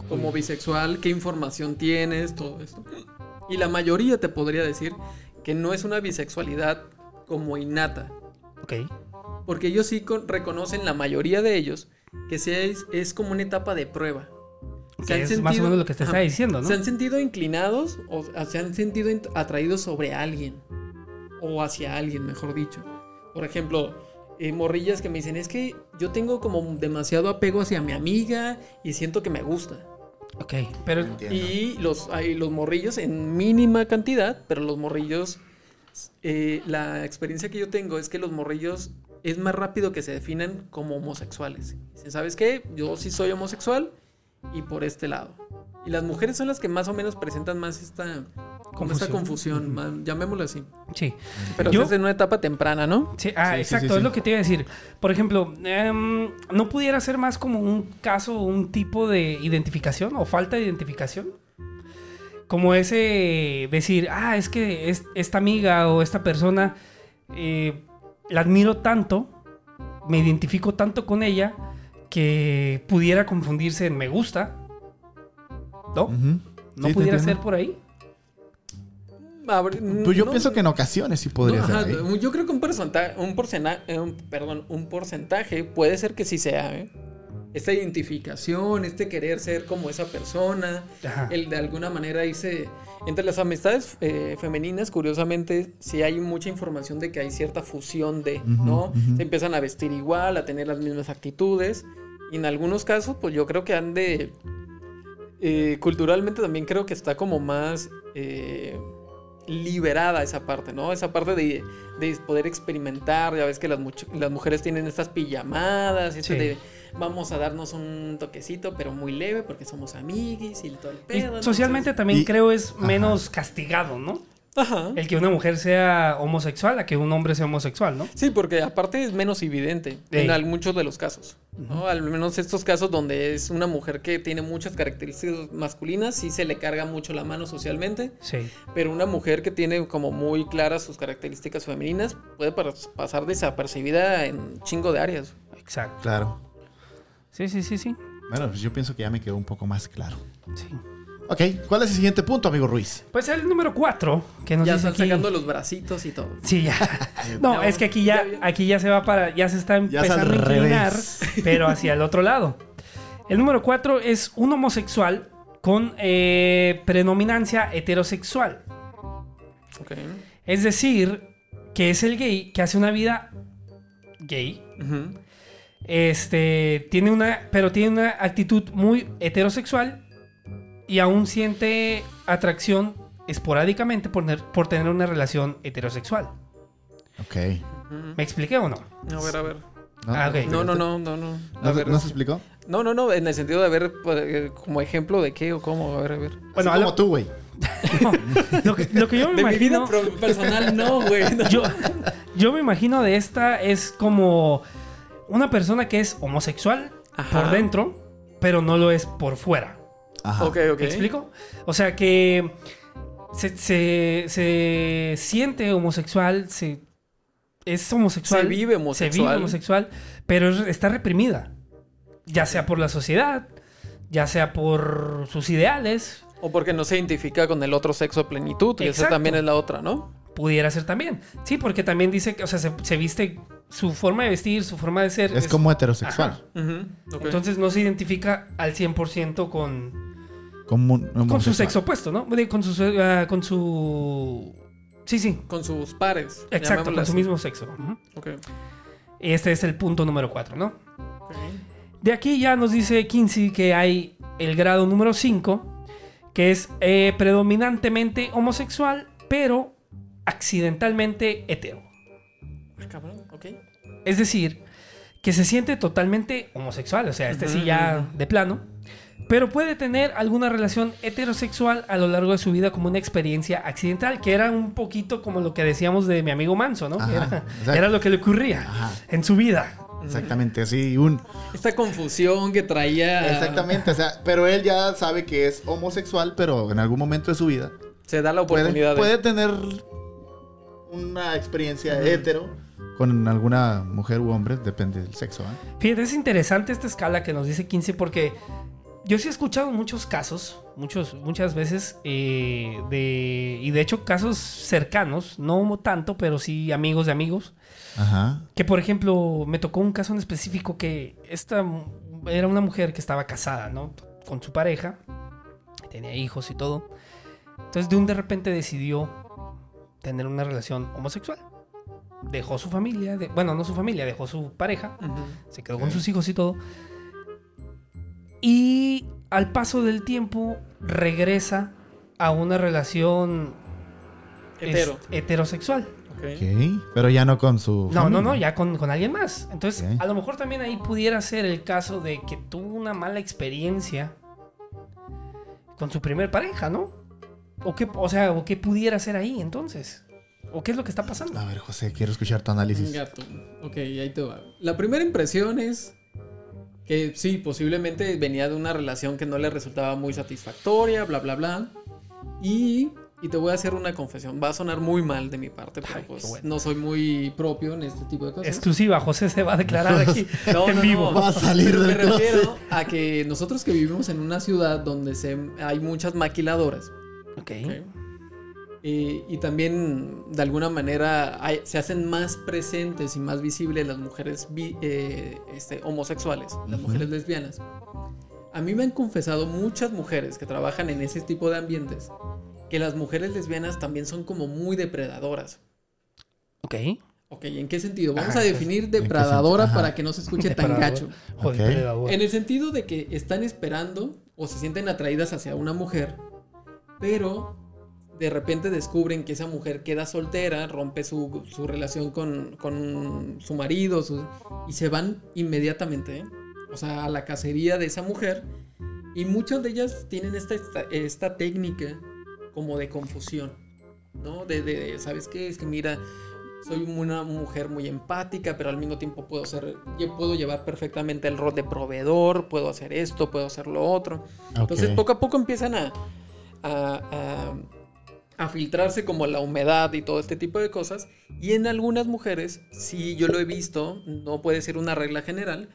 Speaker 4: como bisexual? ¿Qué información tienes? Todo esto. Y la mayoría te podría decir que no es una bisexualidad como innata.
Speaker 1: Ok. Ok.
Speaker 4: Porque ellos sí con- reconocen, la mayoría de ellos, que sí es, es como una etapa de prueba.
Speaker 1: Que es más o menos lo que te
Speaker 4: ajá,
Speaker 1: está diciendo, ¿no?
Speaker 4: Se han sentido inclinados o, o se han sentido in- atraídos sobre alguien. O hacia alguien, mejor dicho. Por ejemplo, eh, morrillas que me dicen, es que yo tengo como demasiado apego hacia mi amiga y siento que me gusta.
Speaker 1: Ok. Pero
Speaker 2: Entiendo.
Speaker 4: Y los, hay los morrillos en mínima cantidad, pero los morrillos, eh, la experiencia que yo tengo es que los morrillos es más rápido que se definan como homosexuales. Dicen, ¿sabes qué? Yo sí soy homosexual y por este lado. Y las mujeres son las que más o menos presentan más esta como esta
Speaker 1: Confusión.
Speaker 4: confusión,
Speaker 1: Ujú.
Speaker 4: más- llamémoslo así.
Speaker 1: sí.
Speaker 4: Pero
Speaker 1: Yo-
Speaker 4: es en una etapa temprana, ¿no?
Speaker 1: Sí, ah,
Speaker 2: Sí, sí,
Speaker 1: exacto,
Speaker 2: sí, sí.
Speaker 1: es lo que te iba a decir. Por ejemplo, em, ¿no pudiera ser más como un caso, un tipo de identificación o falta de identificación? Como ese decir, ah, es que es- esta amiga o esta persona eh, la admiro tanto, me identifico tanto con ella, que pudiera confundirse en me gusta. ¿No?
Speaker 2: Ujú.
Speaker 1: ¿No
Speaker 2: Sí, te
Speaker 1: pudiera
Speaker 2: entiendo.
Speaker 1: ser por ahí?
Speaker 4: Abri-
Speaker 2: Pues yo
Speaker 4: no-
Speaker 2: pienso que en ocasiones sí podría
Speaker 4: No,
Speaker 2: ser.
Speaker 4: ajá,
Speaker 2: ahí.
Speaker 4: Yo creo que un porcentaje, un porcena- eh, un- perdón, un porcentaje puede ser que sí sea, ¿eh? Esta identificación, este querer ser como esa persona,
Speaker 1: Ajá.
Speaker 4: el de alguna manera irse... Entre las amistades eh, femeninas, curiosamente, sí hay mucha información de que hay cierta fusión de, ¿no?
Speaker 2: ujú.
Speaker 4: Se empiezan a vestir igual, a tener las mismas actitudes. Y en algunos casos, pues yo creo que han de... eh, culturalmente también creo que está como más... eh, liberada esa parte, ¿no? Esa parte de, de poder experimentar, ya ves que las, much- las mujeres tienen estas pijamadas, y esto
Speaker 1: Sí.
Speaker 4: de vamos a darnos un toquecito, pero muy leve porque somos amiguis y todo el
Speaker 1: Y
Speaker 4: pedo.
Speaker 1: socialmente también
Speaker 2: Y-
Speaker 1: creo es
Speaker 2: ajá.
Speaker 1: menos castigado, ¿no?
Speaker 4: entonces- Ajá.
Speaker 1: El que una mujer sea homosexual a que un hombre sea homosexual, ¿no?
Speaker 4: Sí, porque aparte es menos evidente en
Speaker 1: Ey.
Speaker 4: al- muchos de los casos, ¿no? Al menos estos casos donde es una mujer que tiene muchas características masculinas, sí se le carga mucho la mano socialmente,
Speaker 1: Sí.
Speaker 4: Pero una mujer que tiene como muy claras sus características femeninas puede par- pasar desapercibida en chingo de áreas.
Speaker 1: Exacto.
Speaker 2: Claro.
Speaker 1: Sí, sí, sí, sí.
Speaker 2: Bueno, pues yo pienso que ya me quedó un poco más claro.
Speaker 1: sí.
Speaker 2: Ok, ¿cuál es el siguiente punto, amigo Ruiz?
Speaker 1: Pues el número 4 que nos
Speaker 4: ya
Speaker 1: dice
Speaker 4: están
Speaker 1: aquí-
Speaker 4: sacando los bracitos y todo.
Speaker 1: Sí, ya. No,
Speaker 4: No,
Speaker 1: es que aquí ya,
Speaker 4: ya-
Speaker 1: aquí ya se va para, ya se está
Speaker 2: Ya es al
Speaker 1: empezando a inclinar,
Speaker 2: revés.
Speaker 1: pero hacia el otro lado. El número 4 es un homosexual con eh, predominancia heterosexual.
Speaker 4: Ok.
Speaker 1: Es decir, que es el gay que hace una vida gay,
Speaker 4: Ujú.
Speaker 1: Este tiene una, pero tiene una actitud muy heterosexual y aún siente atracción esporádicamente por, ner- por tener una relación heterosexual.
Speaker 2: Ok.
Speaker 4: Ujú.
Speaker 1: ¿Me expliqué o no?
Speaker 4: A ver, a ver.
Speaker 1: Ah, ok.
Speaker 4: No, no, no, no, no. A
Speaker 2: ¿No,
Speaker 4: ver.
Speaker 2: no se explicó?
Speaker 4: No, no, no, en el sentido de haber eh, como ejemplo de qué o cómo, a ver, a ver.
Speaker 2: Bueno,
Speaker 1: Bueno, a
Speaker 2: como
Speaker 1: lo,
Speaker 2: tú, güey.
Speaker 1: lo que, lo que yo me
Speaker 4: de mi vida
Speaker 1: imagino,
Speaker 4: pro- personal no, güey. no.
Speaker 1: yo, yo me imagino de esta es como una persona que es homosexual
Speaker 4: Ajá.
Speaker 1: por dentro, pero no lo es por fuera.
Speaker 2: Ajá.
Speaker 4: Ah, Ok, ok.
Speaker 1: ¿Me explico? O sea que se, se- se siente homosexual, se, es homosexual.
Speaker 4: Se vive
Speaker 1: Se vive
Speaker 4: homosexual.
Speaker 1: homosexual, pero es- está reprimida. Ya sea por la sociedad, ya sea por sus ideales,
Speaker 4: O porque no se identifica con el otro sexo a plenitud. Y esa
Speaker 1: Exacto.
Speaker 4: también es la otra, ¿no?
Speaker 1: pudiera ser también. Sí, porque también dice que, o sea, se, se viste, su forma de vestir, su forma de ser.
Speaker 2: Es como heterosexual.
Speaker 1: Ajá.
Speaker 4: Ujú. Ok.
Speaker 1: Entonces no se identifica al 100% con,
Speaker 2: Como un homosexual.
Speaker 1: con su sexo opuesto, ¿no? Digo, Con su, eh, con su... Sí, sí.
Speaker 4: con sus pares.
Speaker 1: Exacto,
Speaker 4: llamémoslo
Speaker 1: con su
Speaker 4: así.
Speaker 1: mismo sexo. Ujú.
Speaker 4: Ok.
Speaker 1: Este es el punto número 4, ¿no?
Speaker 4: Ok. Ah,
Speaker 1: De aquí ya nos dice Kinsey que hay el grado número 5, que es eh, predominantemente homosexual, pero accidentalmente hetero.
Speaker 4: Ah, cabrón, ok.
Speaker 1: Es decir, que se siente totalmente homosexual, o sea, este sí ya de plano, pero puede tener alguna relación heterosexual a lo largo de su vida como una experiencia accidental, que era un poquito como lo que decíamos de mi amigo Manso, ¿no? Que
Speaker 2: Ajá,
Speaker 1: era,
Speaker 2: exacto.
Speaker 1: era lo que le ocurría
Speaker 2: Ajá.
Speaker 1: en su vida.
Speaker 2: Exactamente, así un...
Speaker 4: Esta confusión que traía.
Speaker 2: Exactamente, o sea, pero él ya sabe que es homosexual, pero en algún momento de su vida
Speaker 4: Se da la
Speaker 2: puede,
Speaker 4: oportunidad.
Speaker 2: puede
Speaker 4: de...
Speaker 2: tener una experiencia hetero con alguna mujer u hombre, depende del sexo. ¿eh?
Speaker 1: Fíjate, es interesante esta escala que nos dice 15 porque yo sí he escuchado muchos casos, muchos, muchas veces, eh, de, y de hecho casos cercanos, no tanto, pero sí amigos de amigos,
Speaker 2: Ajá.
Speaker 1: que por ejemplo me tocó un caso en específico que esta mu- era una mujer que estaba casada, ¿no? Con su pareja, tenía hijos y todo. Entonces de un de repente decidió tener una relación homosexual. Dejó su familia, de- bueno, no su familia, dejó su pareja
Speaker 4: Ujú.
Speaker 1: se quedó con sus hijos y todo. Y al paso del tiempo regresa a una relación
Speaker 4: Hetero.
Speaker 1: es- heterosexual.
Speaker 4: ok.
Speaker 2: Ok. Pero ya no con su.
Speaker 1: No, no,
Speaker 2: familia.
Speaker 1: no, ya con, con alguien más. Entonces,
Speaker 2: Pues Ok.
Speaker 1: a lo mejor también ahí pudiera ser el caso de que tuvo una mala experiencia con su primer pareja, ¿no? O, qué, o sea, o qué pudiera ser ahí entonces. ¿O qué es lo que está pasando?
Speaker 2: A ver, José, quiero escuchar tu análisis.
Speaker 4: Gato. Ok, ahí te va. La primera impresión es que sí, posiblemente venía de una relación que no le resultaba muy satisfactoria, bla, bla, bla. Y, y te voy a hacer una confesión. Va a sonar muy mal de mi parte, pero
Speaker 1: Ay, qué
Speaker 4: pues
Speaker 1: bueno.
Speaker 4: no soy muy propio en este tipo de
Speaker 2: pues,
Speaker 4: cosas.
Speaker 1: Exclusiva, José se va a declarar aquí
Speaker 4: No,
Speaker 1: en
Speaker 4: no,
Speaker 1: vivo.
Speaker 4: no.
Speaker 2: Va a salir
Speaker 4: Pero
Speaker 2: del
Speaker 4: Me refiero a que nosotros que vivimos en una ciudad donde se, hay muchas maquiladoras,
Speaker 1: Ok.
Speaker 4: ¿ok? Y, y también de alguna manera hay- se hacen más presentes y más visibles las mujeres bi- eh, este, homosexuales, las
Speaker 2: Ujú.
Speaker 4: mujeres lesbianas. A mí me han confesado muchas mujeres que trabajan en ese tipo de ambientes que las mujeres lesbianas también son como muy depredadoras.
Speaker 1: Ok.
Speaker 4: Ok, ¿en qué sentido? Vamos
Speaker 1: Ajá,
Speaker 4: a
Speaker 1: entonces,
Speaker 4: definir
Speaker 2: qué sentido?
Speaker 4: depredadora
Speaker 2: Ajá.
Speaker 4: para que no se escuche tan
Speaker 1: Depredadora.
Speaker 4: gacho.
Speaker 1: Joder,
Speaker 2: Ok.
Speaker 1: depredador.
Speaker 4: En el sentido de que están esperando o se sienten atraídas hacia una mujer, pero de repente descubren que esa mujer queda soltera, rompe su, su relación con, con su marido su- y se van inmediatamente, ¿eh? o sea, a la cacería de esa mujer. Y muchas de ellas tienen esta, esta, esta técnica como de confusión, ¿no? De, de- de, ¿sabes qué? Es que mira, soy una mujer muy empática, pero al mismo tiempo puedo ser, yo puedo llevar perfectamente el rol de proveedor, puedo hacer esto, puedo hacer lo otro. Entonces
Speaker 2: Ok.
Speaker 4: poco a poco empiezan a, a- a- a filtrarse como la humedad y todo este tipo de cosas. Y en algunas mujeres, sí, yo lo he visto, no puede ser una regla general,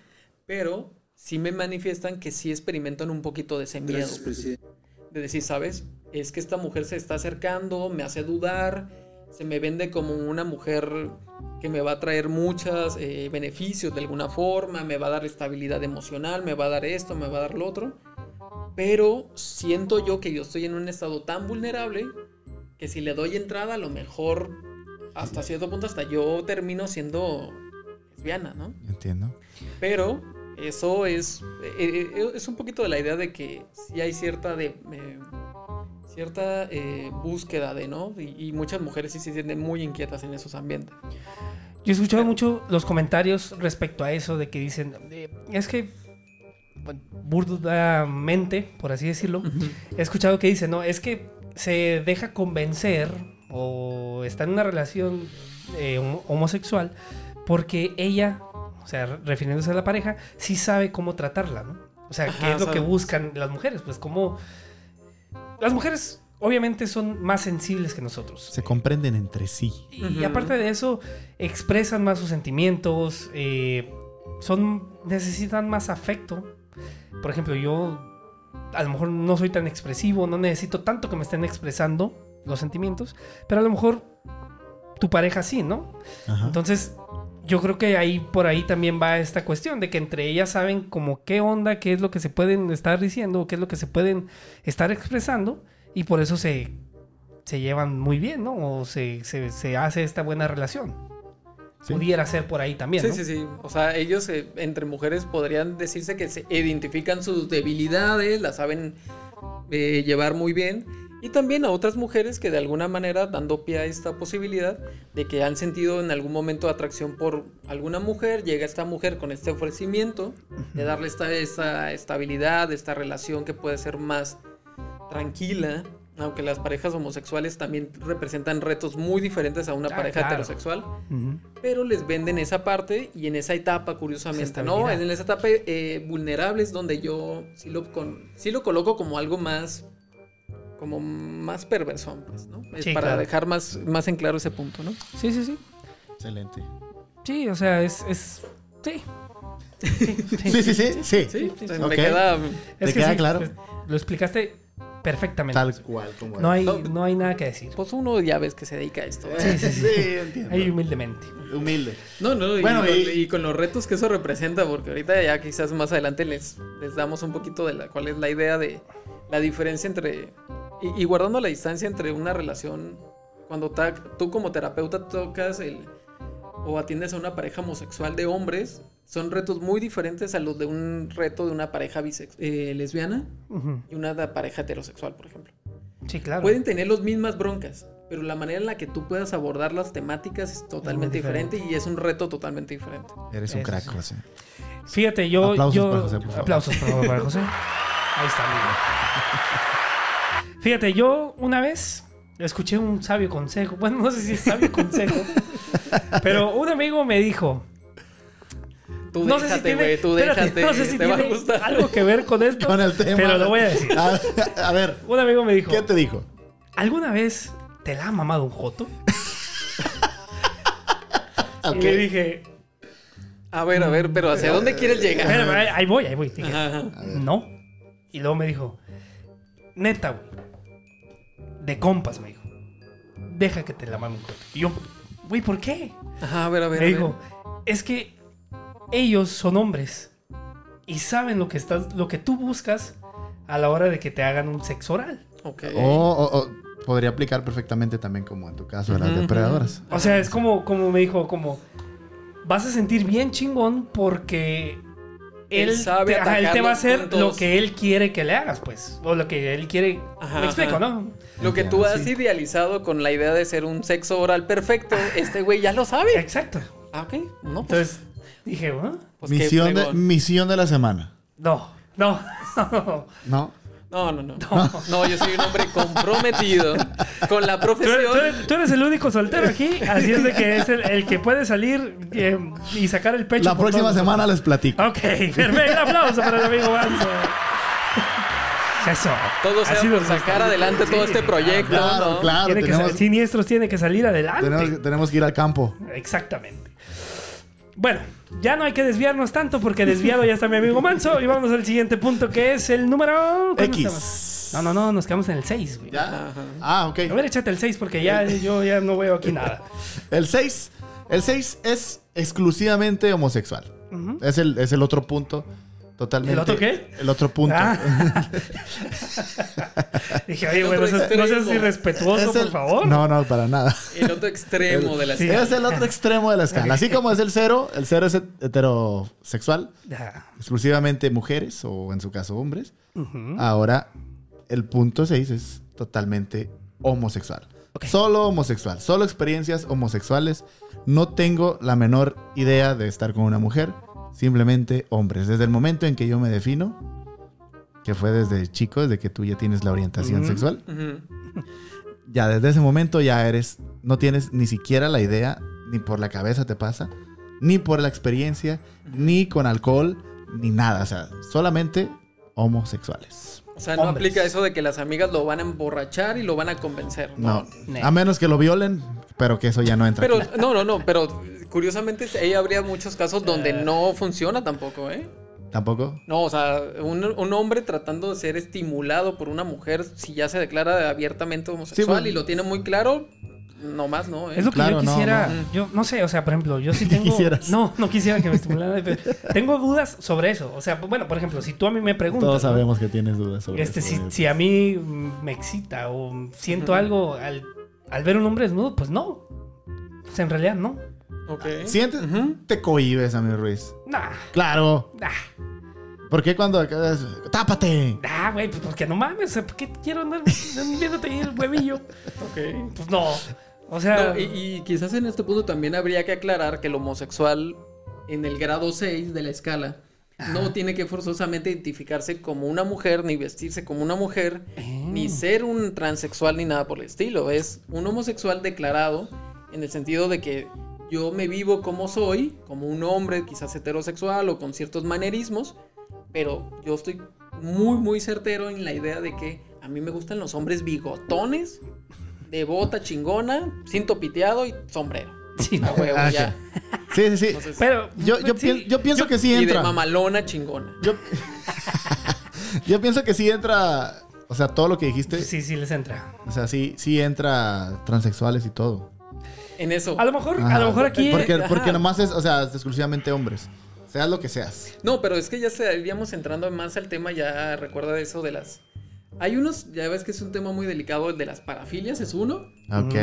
Speaker 4: pero sí me manifiestan que sí experimentan un poquito de ese miedo. De decir, ¿sabes? Es que esta mujer se está acercando, me hace dudar, se me vende como una mujer que me va a traer muchos beneficios de alguna forma, me va a dar estabilidad emocional, me va a dar esto, me va a dar lo otro. Pero siento yo que yo estoy en un estado tan vulnerable que si le doy entrada, a lo mejor hasta cierto punto, hasta yo termino siendo lesbiana, ¿no?
Speaker 2: Entiendo.
Speaker 4: Pero eso es, eh, eh, es un poquito de la idea de que sí hay cierta de eh, cierta eh, búsqueda de, ¿no? Y, y muchas mujeres sí se sienten muy inquietas en esos ambientes.
Speaker 1: Yo he escuchado mucho los comentarios respecto a eso de que dicen, eh, es que bueno, burdamente, por así decirlo, he escuchado que dicen, no, es que se deja convencer o está en una relación eh, hom- homosexual porque ella, o sea, re- refiriéndose a la pareja, sí sabe cómo tratarla, ¿no? O sea,
Speaker 4: Ajá,
Speaker 1: ¿qué es lo que
Speaker 4: sabe.
Speaker 1: buscan las mujeres? Pues cómo... Las mujeres obviamente son más sensibles que nosotros.
Speaker 2: Se comprenden entre sí.
Speaker 1: Y
Speaker 4: Ujú.
Speaker 1: aparte de eso, expresan más sus sentimientos, eh, son, necesitan más afecto. Por ejemplo, yo a lo mejor no soy tan expresivo, no necesito tanto que me estén expresando los sentimientos, pero a lo mejor tu pareja sí, ¿no?
Speaker 2: Ajá.
Speaker 1: Entonces, yo creo que ahí por ahí también va esta cuestión de que entre ellas saben como qué onda, qué es lo que se pueden estar diciendo, qué es lo que se pueden estar expresando y por eso se, se llevan muy bien, ¿no? O se, se- se hace esta buena relación.
Speaker 2: Sí.
Speaker 1: Pudiera ser por ahí también.
Speaker 4: Sí,
Speaker 1: ¿no?
Speaker 4: sí, sí. O sea, ellos eh, entre mujeres podrían decirse que se identifican sus debilidades, las saben eh, llevar muy bien. Y también a otras mujeres que de alguna manera, dando pie a esta posibilidad de que han sentido en algún momento atracción por alguna mujer, llega esta mujer con este ofrecimiento de darle esta, esta estabilidad, esta relación que puede ser más tranquila. Aunque las parejas homosexuales también representan retos muy diferentes a una
Speaker 1: Ah,
Speaker 4: pareja
Speaker 1: claro.
Speaker 4: heterosexual
Speaker 1: Ujú.
Speaker 4: pero les venden esa parte y en esa etapa,
Speaker 1: Esa
Speaker 4: curiosamente, ¿no?
Speaker 1: estabilidad.
Speaker 4: En esa etapa eh, vulnerable es donde yo sí lo, con, sí lo coloco como algo más, como más perversón, pues, ¿no? Es
Speaker 1: Sí,
Speaker 4: para
Speaker 1: claro.
Speaker 4: dejar más, más en claro ese punto, ¿no?
Speaker 1: Sí, sí, sí.
Speaker 2: Excelente.
Speaker 1: Sí, o sea, es... es- sí.
Speaker 2: Sí, sí, sí, sí.
Speaker 4: Sí, o sea,
Speaker 2: Ok.
Speaker 4: me queda.
Speaker 2: ¿Te queda claro?
Speaker 1: pues, Lo explicaste perfectamente.
Speaker 2: Tal cual como
Speaker 1: No hay,
Speaker 4: No.
Speaker 1: no hay nada que decir.
Speaker 4: Pues uno ya ves que se dedica a esto. ¿eh?
Speaker 2: Sí, sí, sí. entiendo.
Speaker 1: Ahí humildemente.
Speaker 2: Humilde.
Speaker 4: No, no, y,
Speaker 2: Bueno,
Speaker 4: con,
Speaker 2: y-
Speaker 4: y con los retos que eso representa, porque ahorita ya quizás más adelante les, les damos un poquito de la, cuál es la idea de la diferencia entre. Y, y guardando la distancia entre una relación. Cuando ta- tú como terapeuta tocas el. o atiendes a una pareja homosexual de hombres, son retos muy diferentes a los de un reto de una pareja bisex- eh, lesbiana
Speaker 1: Ujú.
Speaker 4: y una da- pareja heterosexual, por ejemplo.
Speaker 1: Sí, claro.
Speaker 4: Pueden tener las mismas broncas, pero la manera en la que tú puedas abordar las temáticas es totalmente
Speaker 1: diferente.
Speaker 4: diferente y es un reto totalmente diferente.
Speaker 2: Eres un
Speaker 1: Eso
Speaker 2: crack,
Speaker 1: sí.
Speaker 2: José.
Speaker 1: Fíjate, yo.
Speaker 2: Aplausos
Speaker 1: yo-
Speaker 2: para José, por favor.
Speaker 1: Aplausos por favor, para José. Ahí está, amigo. Fíjate, yo una vez escuché un sabio consejo. Bueno, no sé si es sabio consejo. pero un amigo me dijo.
Speaker 4: Tú
Speaker 1: No sé si
Speaker 4: déjate,
Speaker 1: tiene,
Speaker 4: güey, tú
Speaker 1: espérate,
Speaker 4: déjate,
Speaker 1: no sé si
Speaker 4: te va a
Speaker 1: tiene
Speaker 4: gustar.
Speaker 1: algo que ver con esto.
Speaker 2: Con el tema.
Speaker 1: Pero lo voy a decir.
Speaker 2: A, a ver,
Speaker 1: Un amigo me dijo.
Speaker 2: ¿qué te dijo?
Speaker 1: ¿Alguna vez te la ha mamado un joto?
Speaker 2: Ok.
Speaker 1: Y le dije,
Speaker 4: A ver, a ver, pero ¿hacia dónde quieres llegar?
Speaker 1: eh, "Espérame, ahí, ahí voy, ahí voy. Dije,
Speaker 4: Ajá, ajá.
Speaker 1: no. Y luego me dijo, neta, güey. De compas, me dijo. Deja que te la mame un joto. Y yo, güey, ¿por qué?
Speaker 4: Ajá, a ver, a ver.
Speaker 1: Me
Speaker 4: a ver.
Speaker 1: dijo, es que ellos son hombres y saben lo que, estás, lo que tú buscas a la hora de que te hagan un sexo oral.
Speaker 4: Ok.
Speaker 2: O, o- o podría aplicar perfectamente también como en tu caso de las
Speaker 4: Ujú,
Speaker 2: depredadoras.
Speaker 1: O sea, es como, como me dijo, como vas a sentir bien chingón porque él,
Speaker 4: Él sabe
Speaker 1: te, ajá, él
Speaker 4: atacar
Speaker 1: te va a
Speaker 4: los
Speaker 1: hacer
Speaker 4: puntos.
Speaker 1: lo que él quiere que le hagas, pues. O lo que él quiere.
Speaker 4: Ajá,
Speaker 1: me explico,
Speaker 4: ajá.
Speaker 1: ¿no?
Speaker 4: Lo que tú
Speaker 2: Ya,
Speaker 4: has
Speaker 2: sí.
Speaker 4: idealizado con la idea de ser un sexo oral perfecto, este güey ya lo sabe.
Speaker 1: Exacto.
Speaker 4: Ah, ok. No, pues,
Speaker 1: Ah. Eh. Entonces dije, ¿ah?
Speaker 4: pues qué
Speaker 2: misión, de,
Speaker 4: fregón.
Speaker 2: misión de la semana.
Speaker 1: no, no, no.
Speaker 2: ¿No?
Speaker 4: No, no, no. No, yo soy un hombre comprometido con la
Speaker 1: Tú eres, tú
Speaker 4: profesión.
Speaker 1: eres- tú eres el único soltero aquí, así es de que es el, el que puede salir eh, y sacar el pecho.
Speaker 2: La
Speaker 1: por
Speaker 2: próxima
Speaker 1: todos Ah,
Speaker 2: semana
Speaker 1: nosotros.
Speaker 2: les platico.
Speaker 1: Ok, perfecto. Un aplauso para el amigo Banzo. Eso.
Speaker 4: Todo sea
Speaker 1: Así
Speaker 4: por
Speaker 1: nos
Speaker 4: sacar
Speaker 1: gusta.
Speaker 4: adelante todo
Speaker 1: Sí.
Speaker 4: este proyecto.
Speaker 2: Claro,
Speaker 4: ¿no?
Speaker 2: claro.
Speaker 1: Tiene que
Speaker 2: Tenemos,
Speaker 1: sa- siniestros tiene que salir adelante.
Speaker 2: tenemos- tenemos que ir al campo.
Speaker 1: Exactamente. Bueno, ya no hay que desviarnos tanto porque desviado ya está mi amigo Manso. Y vámonos al siguiente punto que es el número. ¿cuál nos
Speaker 2: X.
Speaker 1: quedamos? No, no, no, nos quedamos en el 6, güey.
Speaker 2: ¿Ya?
Speaker 4: Ajá.
Speaker 2: Ah, ok.
Speaker 1: A ver, échate el 6 porque ya yo ya no veo aquí nada.
Speaker 2: El 6. El 6 es exclusivamente homosexual.
Speaker 1: Ujú.
Speaker 2: es, el, es el otro punto. Totalmente.
Speaker 1: ¿El otro qué?
Speaker 2: El otro punto.
Speaker 1: Ah. Dije, oye, güey, no seas, no seas irrespetuoso,
Speaker 2: Es el-
Speaker 1: por favor.
Speaker 2: No, no, para nada.
Speaker 4: El otro extremo de la
Speaker 1: Sí.
Speaker 4: escala.
Speaker 2: Es el otro extremo de la escala. Así como es el cero, el cero es heterosexual,
Speaker 1: Ya.
Speaker 2: exclusivamente mujeres o en su caso hombres.
Speaker 1: Ujú.
Speaker 2: Ahora, el punto 6 es totalmente homosexual.
Speaker 1: Ok.
Speaker 2: Solo homosexual, solo experiencias homosexuales. No tengo la menor idea de estar con una mujer, simplemente hombres. Desde el momento en que yo me defino, que fue desde chico, desde que tú ya tienes la orientación
Speaker 1: Ujú.
Speaker 2: sexual,
Speaker 4: Ujú.
Speaker 2: ya desde ese momento ya eres, no tienes ni siquiera la idea, ni por la cabeza te pasa, ni por la experiencia, ni con alcohol, ni nada. O sea, solamente homosexuales.
Speaker 4: O sea, no
Speaker 1: Hombres.
Speaker 4: aplica eso de que las amigas lo van a emborrachar y lo van a convencer.
Speaker 2: No.
Speaker 1: No.
Speaker 2: A menos que lo violen, pero que eso ya no entra.
Speaker 4: Pero,
Speaker 2: aquí.
Speaker 4: no, no, no, pero curiosamente ahí habría muchos casos donde no funciona tampoco, ¿eh?
Speaker 2: Tampoco.
Speaker 4: No, o sea, un, un hombre tratando de ser estimulado por una mujer, si ya se declara abiertamente homosexual
Speaker 2: Sí, bueno.
Speaker 4: y lo tiene muy claro, nomás no, ¿eh?
Speaker 1: pues. Es lo que
Speaker 2: Claro,
Speaker 1: yo
Speaker 2: no,
Speaker 1: quisiera.
Speaker 4: no.
Speaker 1: Yo no sé, o sea, por ejemplo, yo sí tengo.
Speaker 2: Quisieras.
Speaker 1: No, no quisiera que me estimularan. pero tengo dudas sobre eso. O sea, bueno, por ejemplo, si tú a mí me preguntas.
Speaker 2: Todos
Speaker 1: ¿no?
Speaker 2: sabemos que tienes dudas sobre
Speaker 1: Este,
Speaker 2: eso,
Speaker 1: si,
Speaker 2: eh.
Speaker 1: si a mí mm, me excita o siento algo al, al ver un hombre desnudo, pues no. Pues en realidad no.
Speaker 4: Ok.
Speaker 2: Siguiente,
Speaker 4: Ujú.
Speaker 2: te cohibes, amigo Ruiz.
Speaker 1: Nah.
Speaker 2: Claro.
Speaker 1: Nah,
Speaker 2: ¿Por qué cuando acabas- ¡Tápate!
Speaker 1: nah, güey, pues porque no mames, o sea, ¿por qué quiero andar viéndote ahí el huevillo?
Speaker 4: Ok.
Speaker 1: Pues no. O sea,
Speaker 4: No, y, y quizás en este punto también habría que aclarar que el homosexual en el grado 6 de la escala no tiene que forzosamente identificarse como una mujer, ni vestirse como una mujer,
Speaker 1: eh, Mm.
Speaker 4: ni ser un transexual, ni nada por el estilo. Es un homosexual declarado en el sentido de que yo me vivo como soy, como un hombre, quizás heterosexual o con ciertos manerismos, pero yo estoy muy, muy certero en la idea de que a mí me gustan los hombres bigotones, de bota chingona, cinto piteado y sombrero.
Speaker 1: sí,
Speaker 4: A
Speaker 1: no.
Speaker 4: huevo,
Speaker 2: Ah,
Speaker 4: ya.
Speaker 2: Sí, sí, sí.
Speaker 4: No sé si-
Speaker 1: Pero
Speaker 2: Yo, yo,
Speaker 1: sí,
Speaker 2: pien- yo pienso que sí
Speaker 4: y de
Speaker 2: entra.
Speaker 4: mamalona chingona.
Speaker 2: Yo, yo pienso que sí entra. O sea, todo lo que dijiste.
Speaker 1: pues sí, sí les entra.
Speaker 2: O sea, sí, sí entra transexuales y todo.
Speaker 4: En eso.
Speaker 1: A lo mejor, a
Speaker 2: Ajá.
Speaker 1: lo mejor aquí eh,
Speaker 2: Porque,
Speaker 4: ajá.
Speaker 2: porque nomás es, o sea, es exclusivamente hombres. Seas lo que seas.
Speaker 4: No, pero es que ya estaríamos entrando más al tema, ya recuerda eso de las... Hay unos, ya ves que es un tema muy delicado, el de las parafilias es uno,
Speaker 2: Ok.